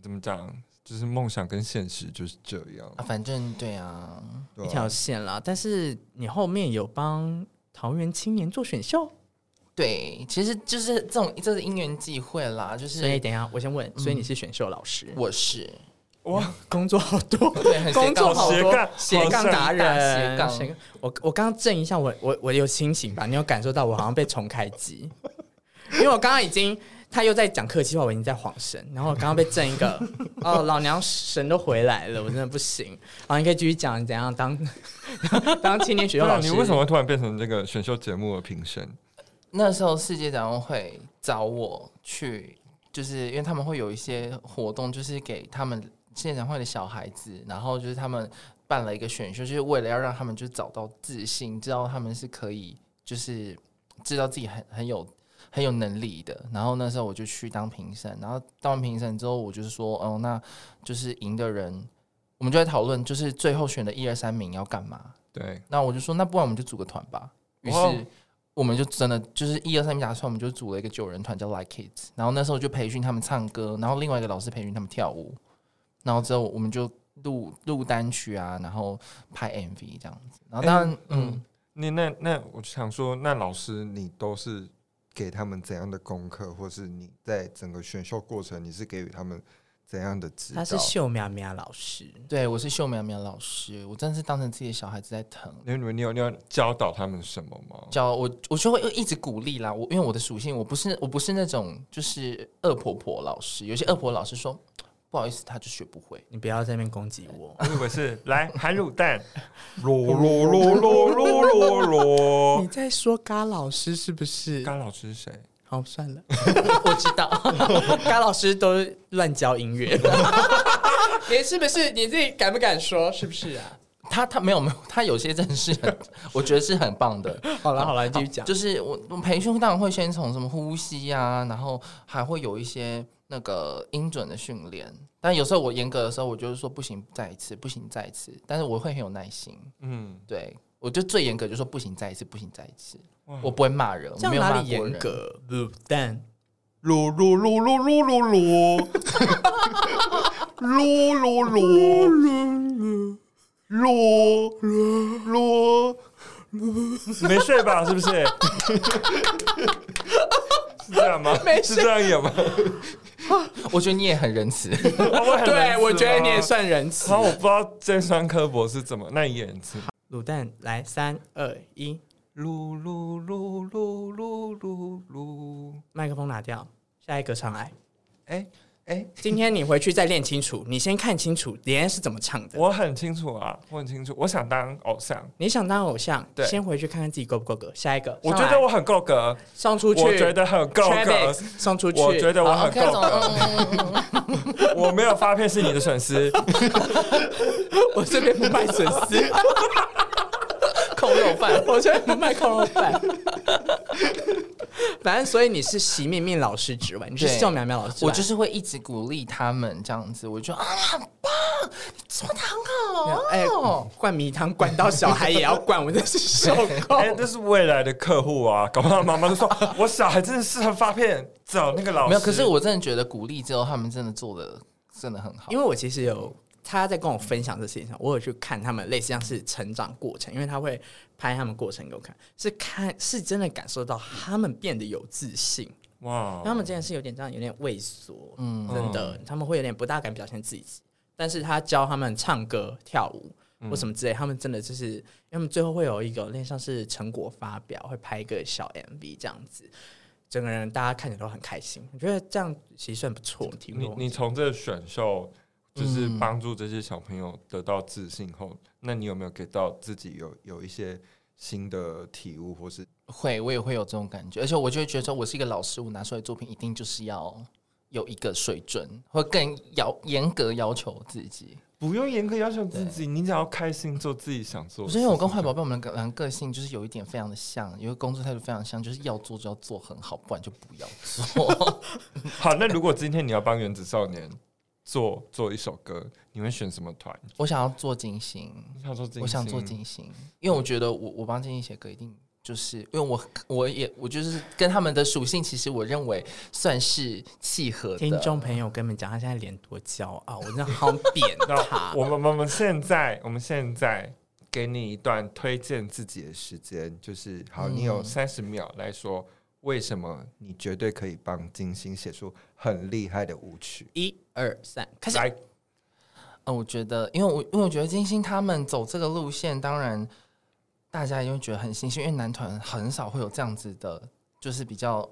Speaker 3: 怎么讲，就是梦想跟现实就是这样
Speaker 1: 啊，。反正对啊，
Speaker 3: 对
Speaker 2: 一
Speaker 3: 吧
Speaker 2: 条线啦，但是你后面有帮桃园青年做选秀，
Speaker 1: 对，其实就是这种这是因缘际会啦，就
Speaker 2: 所以
Speaker 1: 是
Speaker 2: 等一下我先问，所以你是选秀老师？
Speaker 1: 我是
Speaker 3: 哇，
Speaker 2: 工作好多，
Speaker 1: 对很斜杠
Speaker 2: 工作好
Speaker 3: 斜
Speaker 2: 多
Speaker 3: 杠，
Speaker 2: 斜杠达
Speaker 1: 好像
Speaker 2: 人，
Speaker 1: 斜杠
Speaker 2: 斜杠。我我刚刚震一下，我我我有清醒吧？你有感受到我好像被重 开机？因为我刚刚已经他又在讲客气话，我已经在晃神，然后我刚刚被震一 个，哦，老娘神都回来了，我真的不行。好，你可以继续讲你怎样当 当青年学
Speaker 3: 对
Speaker 2: 校
Speaker 3: 啊，
Speaker 2: 老师？
Speaker 3: 你为什么会突然变成这个选秀节目的评审？
Speaker 1: 那时候世界展望会找我去，就是因为他们会有一些活动，就是给他们现场会的小孩子，然后就是他们办了一个选秀，就是为了要让他们就找到自信，知道他们是可以，就是知道自己很很有。很有能力的，然后那时候我就去当评审，然后当完评审之后，我就是说，哦，那就是赢的人，我们就在讨论，就是最后选的一二三名要干嘛。
Speaker 3: 对，
Speaker 1: 那我就说，那不然我们就组个团吧。于
Speaker 3: 哇
Speaker 1: 是我们就真的就是一二三名打出来，我们就组了一个九人团叫 Like Kids。然后那时候就培训他们唱歌，然后另外一个老师培训他们跳舞。然后之后我们就录录单曲啊，然后拍 MV 这样子。然后当然，嗯
Speaker 3: 嗯，你那那我想说，那老师你都是给他们怎样的功课，或是你在整个选秀过程你是给予他们怎样的指导？
Speaker 2: 他是秀苗苗老师，
Speaker 1: 对我是秀苗苗老师，我真的是当成自己的小孩子在疼。
Speaker 3: 你你你有你有教导他们什么吗？
Speaker 1: 叫我，我就会一直鼓励啦。我因为我的属性，我不是我不是那种就是恶婆婆老师。有些恶婆老师说，不好意思，他就学不会。
Speaker 2: 你不要在那边攻击我。
Speaker 1: 哦
Speaker 3: 我以为是来含卤 蛋，罗罗罗罗罗罗
Speaker 2: 你
Speaker 3: 罗。
Speaker 2: 在说嘎老师是不是？
Speaker 3: 甘老师是谁？
Speaker 2: 好，算了， 我知 道，嘎老师都乱教音乐。 你是不是你自己敢不敢说？是不是啊？
Speaker 1: 他他没有没有，他有些真的是很， 我觉得是很棒的。
Speaker 2: 好了好了，继续讲。
Speaker 1: 就是我我们培训当然会先从什么呼吸啊，然后还会有一些那个音准的训练。但有时候我严格的时候，我就是说不行，再一次，不行，再一次。但是我会很有耐心，
Speaker 3: 嗯，
Speaker 1: 对我就最严格就说不行，再一次，不行，再一次。
Speaker 3: 哇
Speaker 1: 我不会骂人，
Speaker 2: 这
Speaker 1: 我没有
Speaker 2: 样哪
Speaker 1: 骂
Speaker 2: 里
Speaker 1: 过
Speaker 2: 严
Speaker 1: 人。
Speaker 2: 格？卤蛋，
Speaker 3: 罗罗罗罗罗罗罗，罗罗罗罗罗罗罗，没睡吧？是不是？ 是这样吗？是这样演吗？
Speaker 1: 我觉得你也很仁 慈。
Speaker 3: 我很仁
Speaker 2: 对
Speaker 3: 慈
Speaker 2: 我觉得你也
Speaker 3: 吗。
Speaker 2: 算仁慈
Speaker 3: 然。后我不知道尖酸刻薄是怎么，那你也很吃。
Speaker 2: 卤蛋，来三二一，
Speaker 3: 噜噜噜噜噜噜噜，
Speaker 2: 麦克风拿掉，下一个上来。
Speaker 3: 哎哎，
Speaker 2: 今天你回去再练清楚，你先看清楚连是怎么唱的。
Speaker 3: 我很清楚啊，我很清楚，我想当偶像，
Speaker 2: 你想当偶像，
Speaker 3: 对
Speaker 2: 先回去看看自己够不够格。下一个，
Speaker 3: 我
Speaker 2: 上
Speaker 3: 觉
Speaker 2: 来
Speaker 3: 得我很够格，
Speaker 2: 送出去，
Speaker 3: 我觉得很够
Speaker 2: Travis，
Speaker 3: 格，
Speaker 2: 送出去，
Speaker 3: 我觉得我
Speaker 1: 啊
Speaker 3: 很
Speaker 1: 好，OK，
Speaker 3: 够 格，
Speaker 5: 嗯
Speaker 3: 我没有发片是你的损 失，
Speaker 2: 我这边不 卖损失，
Speaker 1: 扣肉饭。
Speaker 2: 我这边不卖空肉饭。反正，所以你是席面面老师之外，你是
Speaker 1: 对
Speaker 2: 秀苗苗老师之外，
Speaker 1: 我就是会一直鼓励他们这样子，我就啊，很棒，你做的很好哦。
Speaker 2: 哎、灌米汤灌到小孩也要灌，我真是受够。
Speaker 3: 哎，这是未来的客户啊，搞不好妈 妈就说，我小孩真的适合发片，找那个老师，
Speaker 1: 没有，可是我真的觉得鼓励之后，他们真的做的真的很好。
Speaker 2: 因为我其实有他在跟我分享这事情上，我有去看他们类似像是成长过程，因为他会拍他们过程给我看，是看是真的感受到他们变得有自信。
Speaker 3: 哇，
Speaker 2: 他们真的是有点这样，有点畏缩，哦嗯，真的，他们会有点不大敢表现自己。但是他教他们唱歌、跳舞或什么之类，他们真的就是，因为他们最后会有一个有点像是成果发表，会拍一个小 MV 这样子，整个人大家看起来都很开心。我觉得这样其实算不错，挺
Speaker 3: 你
Speaker 2: 不
Speaker 3: 你从这个选秀，就是
Speaker 1: 嗯
Speaker 3: 帮助这些小朋友得到自信后，那你有没有给到自己有有一些新的体悟，或是
Speaker 1: 会，我也会有这种感觉，而且我就会觉得说，我是一个老师，我拿出来的作品一定就是要有一个水准，会更要严格要求自己。
Speaker 3: 不用严格要求自己，你只要开心做自己想做的事
Speaker 1: 所
Speaker 3: 情
Speaker 1: 以
Speaker 3: 就。
Speaker 1: 我跟坏宝贝我们两个两个个性就是有一点非常的像，有一个工作态度非常像，就是要做就要做很好，不然就不要做。
Speaker 3: 好，那如果今天你要帮原子少年做做一首歌，你会选什么团？
Speaker 1: 我想要做金星，
Speaker 3: 你想做金星，
Speaker 1: 我想做金星，因为我觉得我我帮金星写歌一定就是因为我我也我就是跟他们的属性，其实我认为算是契合的。
Speaker 2: 听众朋友跟你们讲，他现在脸多骄傲，我真的好扁
Speaker 3: 那
Speaker 2: 他。
Speaker 3: 我们我们现在我们现在给你一段推荐自己的时间，就是好，你
Speaker 1: 嗯
Speaker 3: 有三十秒来说为什么你绝对可以帮金星写出很厉害的舞曲。
Speaker 2: 一二三，开始。
Speaker 3: 来，
Speaker 1: 呃，我觉得，因为我因为我觉得金星他们走这个路线，当然大家也会觉得很新鲜，因为男团很少会有这样子的，就是比较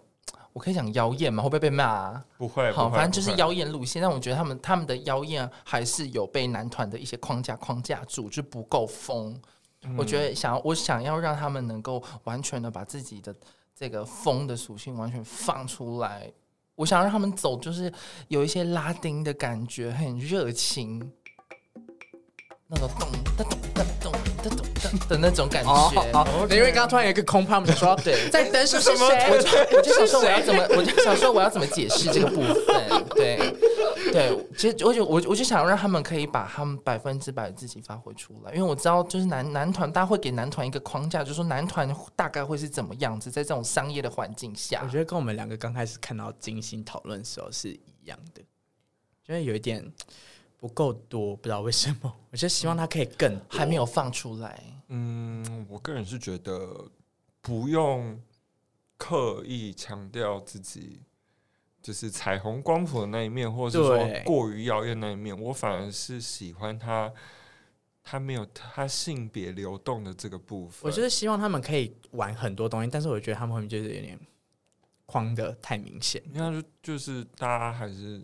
Speaker 1: 我可以讲妖艳嘛，会不会被骂、啊？
Speaker 3: 不会，
Speaker 1: 好，
Speaker 3: 不会
Speaker 1: 反正就是。
Speaker 3: 不会
Speaker 1: 妖艳路线，但我觉得他们他们的妖艳还是有被男团的一些框架框架住，就不够疯。
Speaker 3: 嗯
Speaker 1: 我觉得想要我想要让他们能够完全的把自己的这个疯的属性完全放出来，我想让他们走，就是有一些拉丁的感觉，很热情，那种咚哒咚哒咚哒咚哒的那种感
Speaker 2: 哦
Speaker 1: 觉。
Speaker 2: 哦，因为刚刚突然有一个空拍，我们想 说
Speaker 1: 对
Speaker 2: 在等什么？
Speaker 1: 我
Speaker 2: 谁？
Speaker 1: 就我就想说我要 怎么，我就想说我要怎么解释这个部分。对，对，其实我就我就我就想让他们可以把他们百分之百自己发挥出来，因为我知道就是男男团，大家会给男团一个框架，就是说男团大概会是怎么样子，在这种商业的环境下
Speaker 2: 我。觉得跟我们两个刚开始看到金星讨论的时候是一样的，觉得有一点不够多，不知道为什么。我就希望他可以更多
Speaker 1: 还没有放出来，
Speaker 3: 嗯，我个人是觉得不用刻意强调自己就是彩虹光谱的那一面，或者是
Speaker 2: 对
Speaker 3: 说过于耀眼那一面。我反而是喜欢他，他没有他性别流动的这个部分。
Speaker 2: 我就是希望他们可以玩很多东西，但是我觉得他们后面就是有点框的太明显。
Speaker 3: 你看，就就是大家还是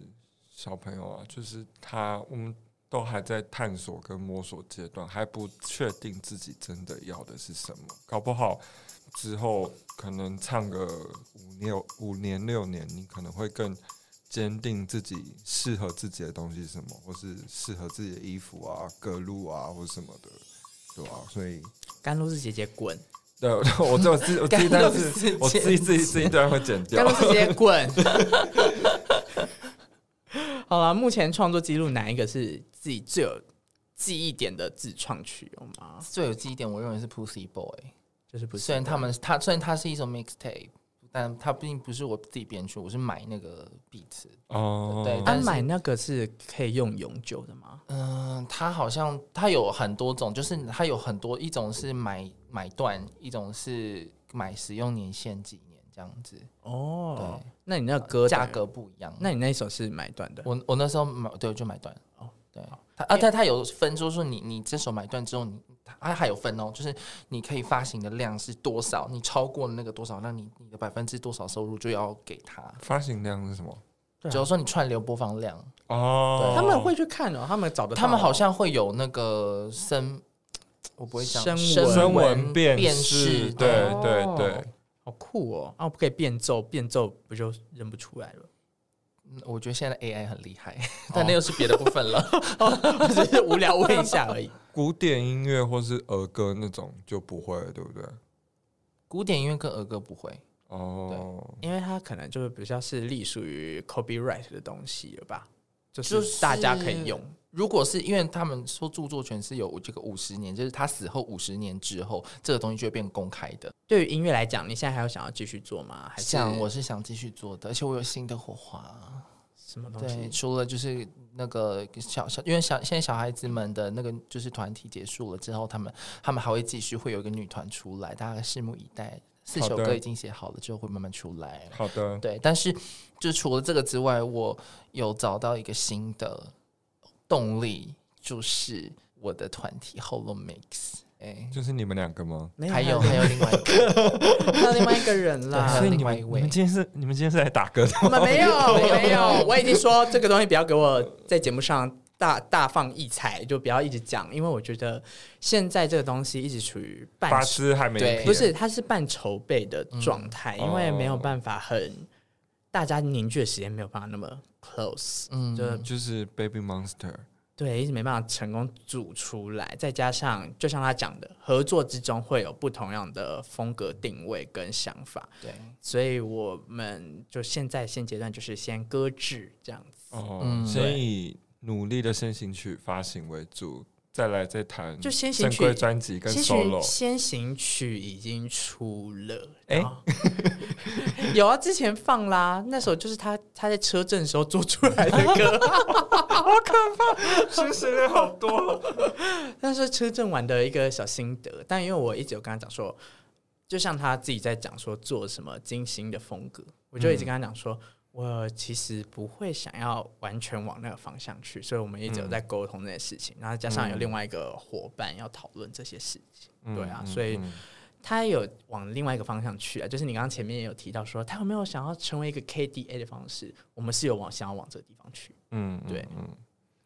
Speaker 3: 小朋友啊，就是他，我们都还在探索跟摸索阶段，还不确定自己真的要的是什么。搞不好之后可能唱个五六五年六年，你可能会更坚定自己适合自己的东西是什么，或是适合自己的衣服啊、歌路啊，或什么的，对吧、所以。
Speaker 2: 甘露寺姐姐滚，
Speaker 3: 对，我 这我自己我自己当然是
Speaker 1: 干
Speaker 3: 我自己自己自己当然会剪
Speaker 1: 啊
Speaker 3: 掉
Speaker 2: 甘。露寺姐姐滚。 好了，目前创作记录哪一个是自己最有记忆点的自创曲有吗？
Speaker 1: 最有记忆点，我认为是 Pussy Boy。
Speaker 2: 就是不是
Speaker 1: 虽然他们他虽然它是一首 mixtape，但它并不是我自己编曲，我是买那个 beat。
Speaker 3: 哦
Speaker 1: 对
Speaker 2: 安
Speaker 1: 但是
Speaker 2: 买那个是可以用永久的吗？
Speaker 1: 嗯，它好像它有很多种，就是它有很多一种是买买断，一种是买使用年限几年这样子，
Speaker 2: 哦
Speaker 1: 对，
Speaker 2: 那你那个歌
Speaker 1: 价格，不一样。
Speaker 2: 那你那一首是买断的？
Speaker 1: 我我那时候买，对，我就买断。
Speaker 2: 哦哎
Speaker 1: 哦，对，它啊，但它有分，就是说你你这首买断之后，你它还有分哦，就是你可以发行的量是多少，你超过了那个多少，那你你的百分之多少收入就要给他。
Speaker 3: 发行量是什么？
Speaker 2: 对啊
Speaker 1: 只要说你串流播放量，
Speaker 3: 哦，
Speaker 2: 他们会去看哦，他们找的，
Speaker 1: 他们好像会有那个声，我不会讲
Speaker 2: 声
Speaker 1: 声
Speaker 2: 纹
Speaker 3: 声纹辨
Speaker 1: 辨
Speaker 3: 识，
Speaker 1: 识，
Speaker 3: 对
Speaker 2: 哦
Speaker 3: 对对，
Speaker 2: 好酷哦！啊，我不可以变奏，变奏不就认不出来 了？
Speaker 1: 嗯我觉得现在 AI 很厉 害，但那又是别的部分了。
Speaker 2: 我只是无聊问一下 而已。
Speaker 3: 古典音乐或是儿歌那种就不会了，对不对？
Speaker 1: 古典音乐跟儿歌不会，
Speaker 3: 哦，
Speaker 2: 因为它可能就是比较是隶属于 copyright 的东西了吧，就
Speaker 1: 就是是
Speaker 2: 大家可以用。
Speaker 1: 如果是因为他们说著作权是有这个五十年，就是他死后五十年之后，这个东西就会变公开的。
Speaker 2: 对于音乐来讲，你现在还有想要继续做吗？还是
Speaker 1: 像我是想继续做的，而且我有新的火花。
Speaker 2: 什么东
Speaker 1: 对，
Speaker 2: 西？
Speaker 1: 除了就是那个小小，因为小现在小孩子们的那个就是团体结束了之后，他们他们还会继续会有一个女团出来，大家拭目以待。四
Speaker 3: 好
Speaker 1: 首
Speaker 3: 的
Speaker 1: 歌已经写好了，之后会慢慢出来。
Speaker 3: 好的，
Speaker 1: 对，但是就除了这个之外，我有找到一个新的动力，就是我的团体 Holo Mix。哎、
Speaker 3: 就是你们两个吗？
Speaker 2: 没
Speaker 1: 还有还
Speaker 2: 还
Speaker 1: 有另外一个，
Speaker 2: 有另外一个人 啦，
Speaker 1: 还有
Speaker 3: 所以
Speaker 1: 啊另
Speaker 3: 你
Speaker 1: 外
Speaker 3: 们
Speaker 1: 一
Speaker 3: 你
Speaker 1: 位
Speaker 3: 们今天是你们今天是来打 歌的
Speaker 2: 我
Speaker 3: 吗？
Speaker 2: 们没有，
Speaker 1: 没有
Speaker 2: 没有，我已经说这个东西不要给我在节目上大大放异彩，就不要一直讲，因为我觉得现在这个东西一直处于
Speaker 3: 八
Speaker 2: 半
Speaker 3: 支还没
Speaker 1: 对
Speaker 3: 片
Speaker 2: 不是，它是半筹备的状态，
Speaker 3: 嗯
Speaker 2: 因为没有
Speaker 3: 哦
Speaker 2: 办法很大家凝聚的时间没有办法那么 close，
Speaker 1: 嗯，
Speaker 2: 就
Speaker 3: 就是 Baby Monster，
Speaker 2: 对，一直没办法成功组出来，再加上就像他讲的，合作之中会有不同样的风格定位跟想法，
Speaker 1: 对，
Speaker 2: 所以我们就现在现阶段就是先搁置这样子。
Speaker 3: 哦，
Speaker 1: 嗯
Speaker 3: 先
Speaker 1: 对
Speaker 3: 以努力的先行曲发行为主，再来再谈
Speaker 2: 就先行
Speaker 3: 正
Speaker 2: 曲
Speaker 3: 规专辑跟
Speaker 2: 先行
Speaker 3: solo。
Speaker 2: 先行曲已经出了，
Speaker 3: 哎
Speaker 2: 然后 有啊，之前放啦，那首就是他他在车震的时候做出来的 歌，
Speaker 3: 学习了好多，哦
Speaker 2: 那是车震完的一个小心得。但因为我一直有跟他讲说，就像他自己在讲说做什么精心的风格，我就一直跟他讲说。我其实不会想要完全往那个方向去，所以我们一直有在沟通这些事情，然后加上有另外一个伙伴要讨论这些事情，对啊，
Speaker 3: 嗯
Speaker 2: 所以
Speaker 3: 嗯
Speaker 2: 他有往另外一个方向去啊，就是你刚刚前面也有提到说，他有没有想要成为一个 KDA 的方式？我们是有往想要往这个地方去。
Speaker 3: 嗯，嗯
Speaker 2: 对
Speaker 3: 嗯。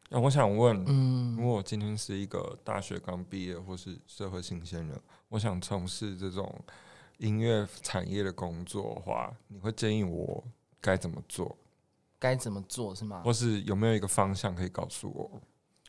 Speaker 3: 那我想问，
Speaker 1: 嗯
Speaker 3: 如果我今天是一个大学刚毕业或是社会新鲜人，我想从事这种音乐产业的工作的话，你会建议我该怎么做，
Speaker 1: 该怎么做是吗？
Speaker 3: 或是有没有一个方向可以告诉我？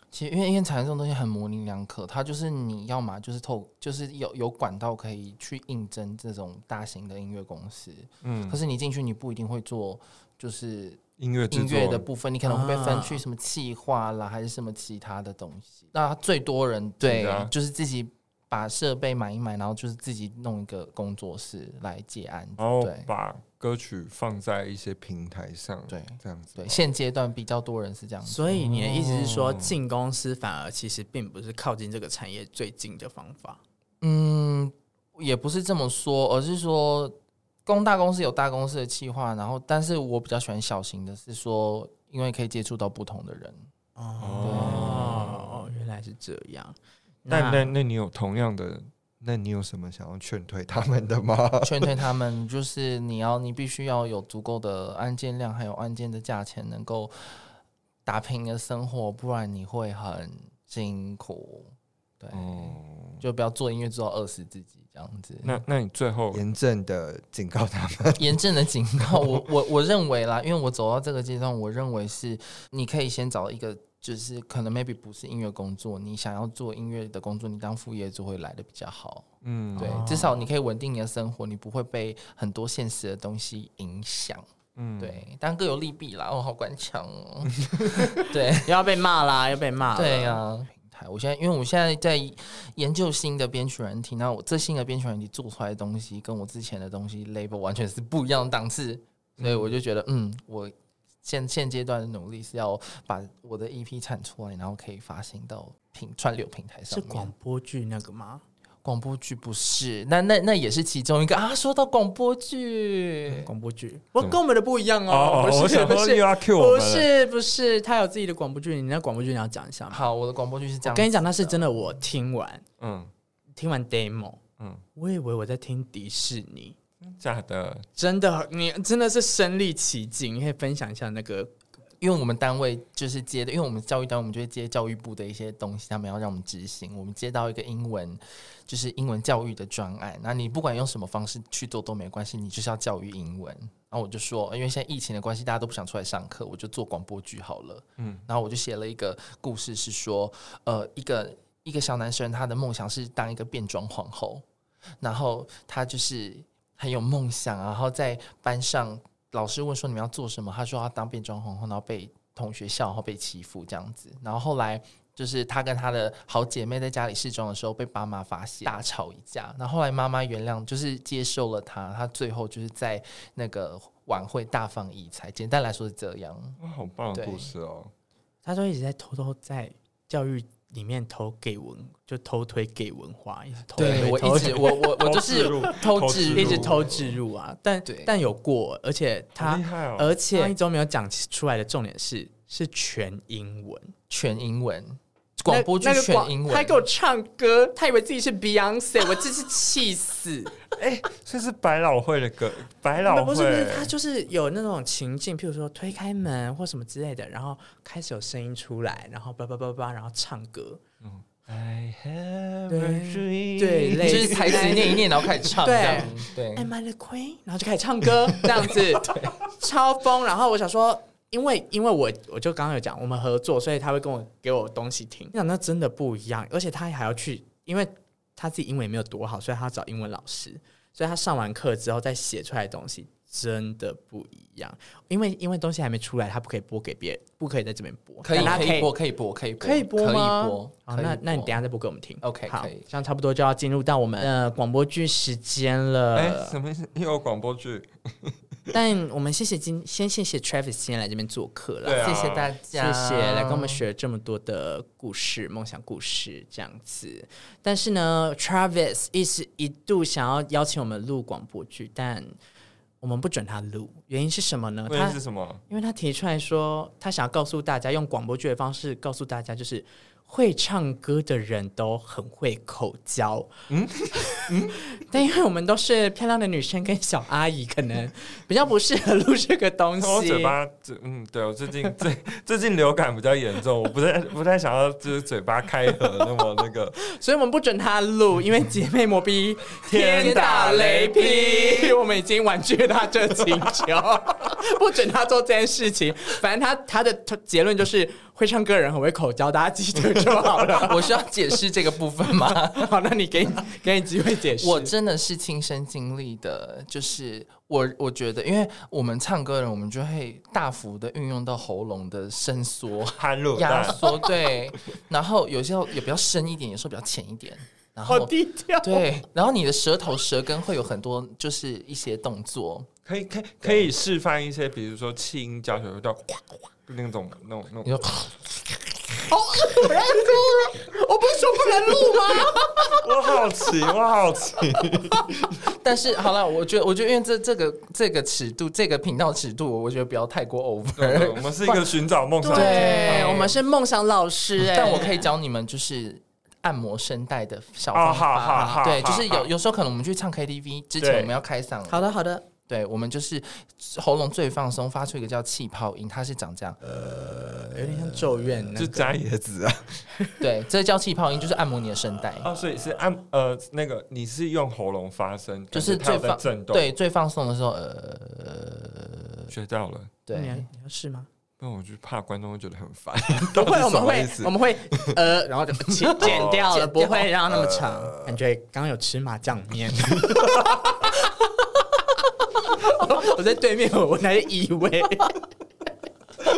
Speaker 1: 其实因为因为产这种东西很模棱两可，它就是你要嘛就是透，就是有有管道可以去应征这种大型的音乐公司，
Speaker 3: 嗯
Speaker 1: 可，是你进去你不一定会做，就是
Speaker 3: 音乐制
Speaker 1: 音乐的
Speaker 3: 作，啊
Speaker 1: 部分，你可能会被分去什么企划啦，还是什么其他的东西。那最多人对
Speaker 3: 是啊，
Speaker 1: 就是自己把设备买一买，然后就是自己弄一个工作室来接案子。
Speaker 3: 然后
Speaker 1: 对
Speaker 3: 把歌曲放在一些平台上，
Speaker 1: 对
Speaker 3: 这样子。
Speaker 1: 对，现阶段比较多人是这样子。
Speaker 2: 所以你的意思是说，
Speaker 3: 哦
Speaker 2: 进公司反而其实并不是靠近这个产业最近的方法。
Speaker 1: 嗯，也不是这么说，而是说，公大公司有大公司的企划，然后，但是我比较喜欢小型的，是说，因为可以接触到不同的人。
Speaker 2: 哦，原来是这样。
Speaker 3: 但那那你有同样的，那你有什么想要劝退他们的吗？
Speaker 1: 劝退他们，就是你要你必须要有足够的案件量，还有案件的价钱，能够打拼你的生活，不然你会很辛苦。对，
Speaker 3: 哦，
Speaker 1: 就不要做音乐做到饿死自己这样子。
Speaker 3: 那那你最后
Speaker 7: 严正的警告他们，
Speaker 1: 严正的警告， 我我我认为啦，因为我走到这个阶段，我认为是你可以先找一个，就是可能 maybe 不是音乐工作，你想要做音乐的工作，你当副业就会来的比较好。
Speaker 3: 嗯，
Speaker 1: 对，至少你可以稳定你的生活，你不会被很多现实的东西影响。
Speaker 3: 嗯，
Speaker 1: 对，但各有利弊啦。哦，好官腔哦。对
Speaker 2: 又要被骂啦，又被骂。
Speaker 1: 对啊呀、，平台，我现在因为我现在在研究新的编曲软体，那我这新的编曲软体做出来的东西，跟我之前的东西 label 完全是不一样的档次，所以我就觉得，嗯，我现现阶段的努力是要把我的 EP 产出来，然后可以发行到平串流平台上
Speaker 2: 是
Speaker 1: 面。
Speaker 2: 广播剧那个吗？
Speaker 1: 广播剧不是，那那那也是其中一个啊。说到广播剧，
Speaker 2: 广播剧，我跟我们的不一样哦。
Speaker 3: 哦
Speaker 2: 不
Speaker 3: 哦，我
Speaker 2: 是
Speaker 3: 想
Speaker 2: 不
Speaker 3: 说又
Speaker 2: 是
Speaker 3: 要 Q 我
Speaker 2: 不
Speaker 3: 们了，
Speaker 2: 是不是，他有自己的广播剧，你那广播剧你要讲一下吗？
Speaker 1: 好，我的广播剧是这样子的。
Speaker 2: 跟你讲，那是真的，我听完
Speaker 3: 嗯
Speaker 2: 听完 demo，
Speaker 3: 嗯，
Speaker 2: 我以为我在听迪士尼，
Speaker 3: 假的，
Speaker 2: 真的，你真的是身临其境。你可以分享一下那个
Speaker 1: 因为我们单位就是接的，因为我们教育单位，我们就会接教育部的一些东西，他们要让我们执行。我们接到一个英文，就是英文教育的专案，那你不管用什么方式去做都没关系，你就是要教育英文。然后我就说，因为现在疫情的关系，大家都不想出来上课，我就做广播剧好了。嗯，然后我就写了一个故事，是说，呃，一个一个小男生，他的梦想是当一个变装皇后，然后他就是很有梦想，然后在班上老师问说你们要做什么，他说他啊当变装皇后，然后被同学笑，然后被欺负这样子。然后后来就是他跟他的好姐妹在家里试妆的时候被爸妈发现，大吵一架。然后后来妈妈原谅，就是接受了他。他最后就是在那个晚会大放异彩。简单来说是这样。
Speaker 3: 哇，好棒的
Speaker 1: 对
Speaker 3: 故事哦，
Speaker 2: 他都一直在偷偷在教育里面偷给文，就偷推给文化，一直偷推
Speaker 1: 我
Speaker 2: 偷
Speaker 1: 一直我我我就
Speaker 3: 偷
Speaker 1: 是
Speaker 3: 植入
Speaker 1: 偷
Speaker 3: 偷
Speaker 1: 植
Speaker 3: 植
Speaker 1: 入
Speaker 2: 一直偷植入啊，但
Speaker 1: 对
Speaker 2: 但有过，而且
Speaker 3: 好
Speaker 2: 他
Speaker 3: 厉害哦，
Speaker 2: 而且上一周没有讲出来的重点是是全英文
Speaker 1: 全英文广播剧
Speaker 2: 那那个
Speaker 1: 全
Speaker 2: 广
Speaker 1: 英文，
Speaker 2: 他还给我唱歌，他以为自己是 Beyonce，我真是 气死。
Speaker 3: 哎，这是百老汇的歌，百
Speaker 2: 不
Speaker 3: 老
Speaker 2: 不是不是，他
Speaker 3: 汇，
Speaker 2: 就是有那种情境，譬如说推开门或什么之类的，然后开始有声音出来，然后叭叭叭叭，然后唱歌，
Speaker 3: I have
Speaker 2: 对
Speaker 3: a dream
Speaker 2: 对，类
Speaker 1: 就
Speaker 2: 似
Speaker 1: 是台词念一念，然后开始唱
Speaker 2: 对
Speaker 1: 这样。对，
Speaker 2: Am I the Queen？然后就开始唱 歌，这样子超疯。然后我想说，因为因为我我就刚刚有讲我们合作，所以他会跟我给我东西听。那那真的不一样，而且他还要去，因为他自己英文也没有多好，所以他要找英文老师。所以他上完课之后再写出来的东西真的不一样，因为因为东西还没出来，他不可以播给别人，不可以在这边播，
Speaker 1: 可以
Speaker 2: 但他
Speaker 1: 可
Speaker 2: 可
Speaker 1: 以播，可以播，可以播，
Speaker 2: 可以播
Speaker 1: 可
Speaker 2: 吗？
Speaker 1: 以播。
Speaker 2: 好，
Speaker 1: 可以
Speaker 2: 那那你
Speaker 1: 播
Speaker 2: 等一下再播给我们听。
Speaker 1: OK，
Speaker 2: 好
Speaker 1: 可以，
Speaker 2: 这样差不多就要进入到我们呃广播剧时间了。
Speaker 3: 哎，什么意思？又有广播剧，
Speaker 2: 但我们谢谢今先谢谢 Travis 今天来这边做客了，
Speaker 3: 对啊
Speaker 1: 谢谢大
Speaker 2: 谢
Speaker 1: 家，
Speaker 2: 谢来跟我们学这么多的故事、梦想故事这样子。但是呢，Travis 一时一度想要邀请我们录广播剧，但我们不准他录，原因是什么呢？
Speaker 3: 问
Speaker 2: 他
Speaker 3: 题是什么？
Speaker 2: 因为他提出来说，他想要告诉大家，用广播剧的方式告诉大家，就是会唱歌的人都很会口交，嗯， 但因为我们都是漂亮的女生跟小阿姨，可能比较不适合录这个 东
Speaker 3: 我
Speaker 2: 西
Speaker 3: 哦嘴。巴，这嗯，对我最近最 最近流感比较严重，我不太不太想要就是嘴巴开合那么那个。
Speaker 2: 所以我们不准她录，因为姐妹磨逼
Speaker 3: 天打雷 劈，
Speaker 2: 我们已经婉拒她这请 求，不准她做这件事情。反正她她的结论就是会唱歌的人很会口交，大家记得就好了。
Speaker 1: 我需要解释这个部分 吗？
Speaker 2: 好，那你给你给你机会解释。
Speaker 1: 我真的是亲身经历的，就是我我觉得，因为我们唱歌的人，我们就会大幅的运用到喉咙的伸 缩、
Speaker 3: 含卤
Speaker 1: 压
Speaker 3: 蛋，
Speaker 1: 缩，对，然后有些也比较深一点，有时候比较浅一点，然
Speaker 2: 好
Speaker 1: 后
Speaker 2: 低调。
Speaker 1: 对，然后你的舌头、舌根会有很多就是一些动作，
Speaker 3: 可以可以可以示范一些，比如说气音教学，叫那种那种那
Speaker 1: 你说
Speaker 3: 种，
Speaker 2: 我不是说不能录吗？
Speaker 3: 我好奇，我好 奇，
Speaker 1: 但是好了，我觉得，我觉得因为这这个这个尺度，这个频道尺度，我觉得不要太过 over。
Speaker 3: 我们是一个寻找梦想。
Speaker 2: 对，我们是梦想老师哎、
Speaker 1: 但我可以教你们，就是按摩声带的小
Speaker 3: 哦
Speaker 1: 方
Speaker 3: 好好
Speaker 1: 法。
Speaker 3: 好
Speaker 1: 对，
Speaker 3: 好
Speaker 1: 就是
Speaker 3: 好
Speaker 1: 有有时候可能我们去唱 KTV 之前，
Speaker 3: 对
Speaker 1: 我们要开嗓。
Speaker 2: 好的好的，
Speaker 1: 对，我们就是喉咙最放松，发出一个叫气泡音，它是长这样。
Speaker 2: 有点像咒怨那
Speaker 3: 就
Speaker 2: 个。
Speaker 3: 加椰子啊！
Speaker 1: 对，这叫气泡音，就是按摩你的声带。
Speaker 3: 哦，所以是按呃那个，你是用喉咙发声，
Speaker 1: 就是
Speaker 3: 感觉
Speaker 1: 最
Speaker 3: 它有在
Speaker 1: 放
Speaker 3: 震动，，
Speaker 1: 对最放松的时候，呃，
Speaker 3: 学到了。
Speaker 1: 对，
Speaker 2: 你要你要试吗？
Speaker 3: 不然我就怕观众会觉得很烦。
Speaker 2: 不会，我
Speaker 3: 什
Speaker 2: 们
Speaker 3: 么意
Speaker 2: 会
Speaker 3: 思
Speaker 2: 我们会呃， 然后就剪剪掉呃了，
Speaker 1: 剪掉
Speaker 2: 不会让它那么长。感觉刚有吃麻酱面。 我在对面，我我才以 为。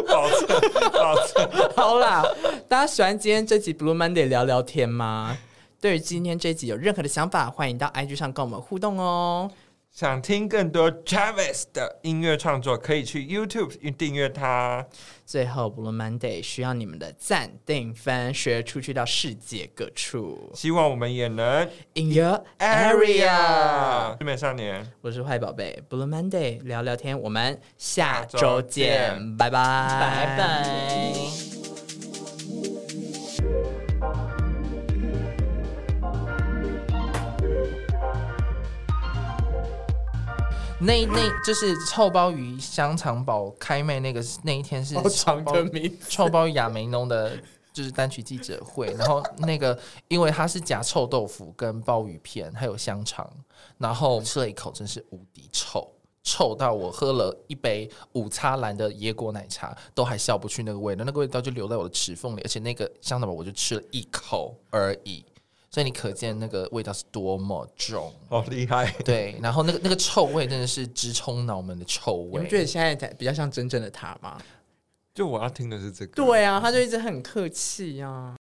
Speaker 3: 保证保证。
Speaker 2: 好啦，大家喜欢今天这集 Blue Monday 聊聊天吗？对于今天这集有任何的想法，欢迎到 IG 上跟我们互动哦。
Speaker 3: 想听更多 Travis 的音乐创作，可以去 YouTube 订阅他。
Speaker 2: 最后，Blue Monday 需要你们的暂定分，学出去到世界各处。
Speaker 3: 希望我们也能
Speaker 2: In your area，
Speaker 3: area。最美少年，
Speaker 2: 我是坏宝贝 Blue Monday，聊聊天，我们下
Speaker 3: 下
Speaker 2: 周
Speaker 3: 周
Speaker 2: 见，
Speaker 3: 见
Speaker 2: 拜拜，
Speaker 1: 拜
Speaker 2: 拜。
Speaker 1: 拜。那那就是臭鲍鱼香肠堡开卖那个那一天是
Speaker 2: 好长
Speaker 1: 臭
Speaker 2: 的
Speaker 1: 鲍
Speaker 2: 名字
Speaker 1: 臭鲍鱼亚梅农的，就是单曲记者会。然后那个因为它是夹臭豆腐跟鲍鱼片还有香肠，然后吃了一口真是无敌臭，臭到我喝了一杯五叉蓝的椰果奶茶都还消不去那个味道，那个味道就留在我的齿缝里，而且那个香肠堡我就吃了一口而已。所以你可见那个味道是多么重。
Speaker 3: 好厉害！
Speaker 1: 对，然后那个那个臭味真的是直冲脑门的臭
Speaker 2: 你
Speaker 1: 味
Speaker 2: 们。觉得现在才比较像真正的他吗？
Speaker 3: 就我要听的是这个。
Speaker 2: 对啊，他就一直很客气啊。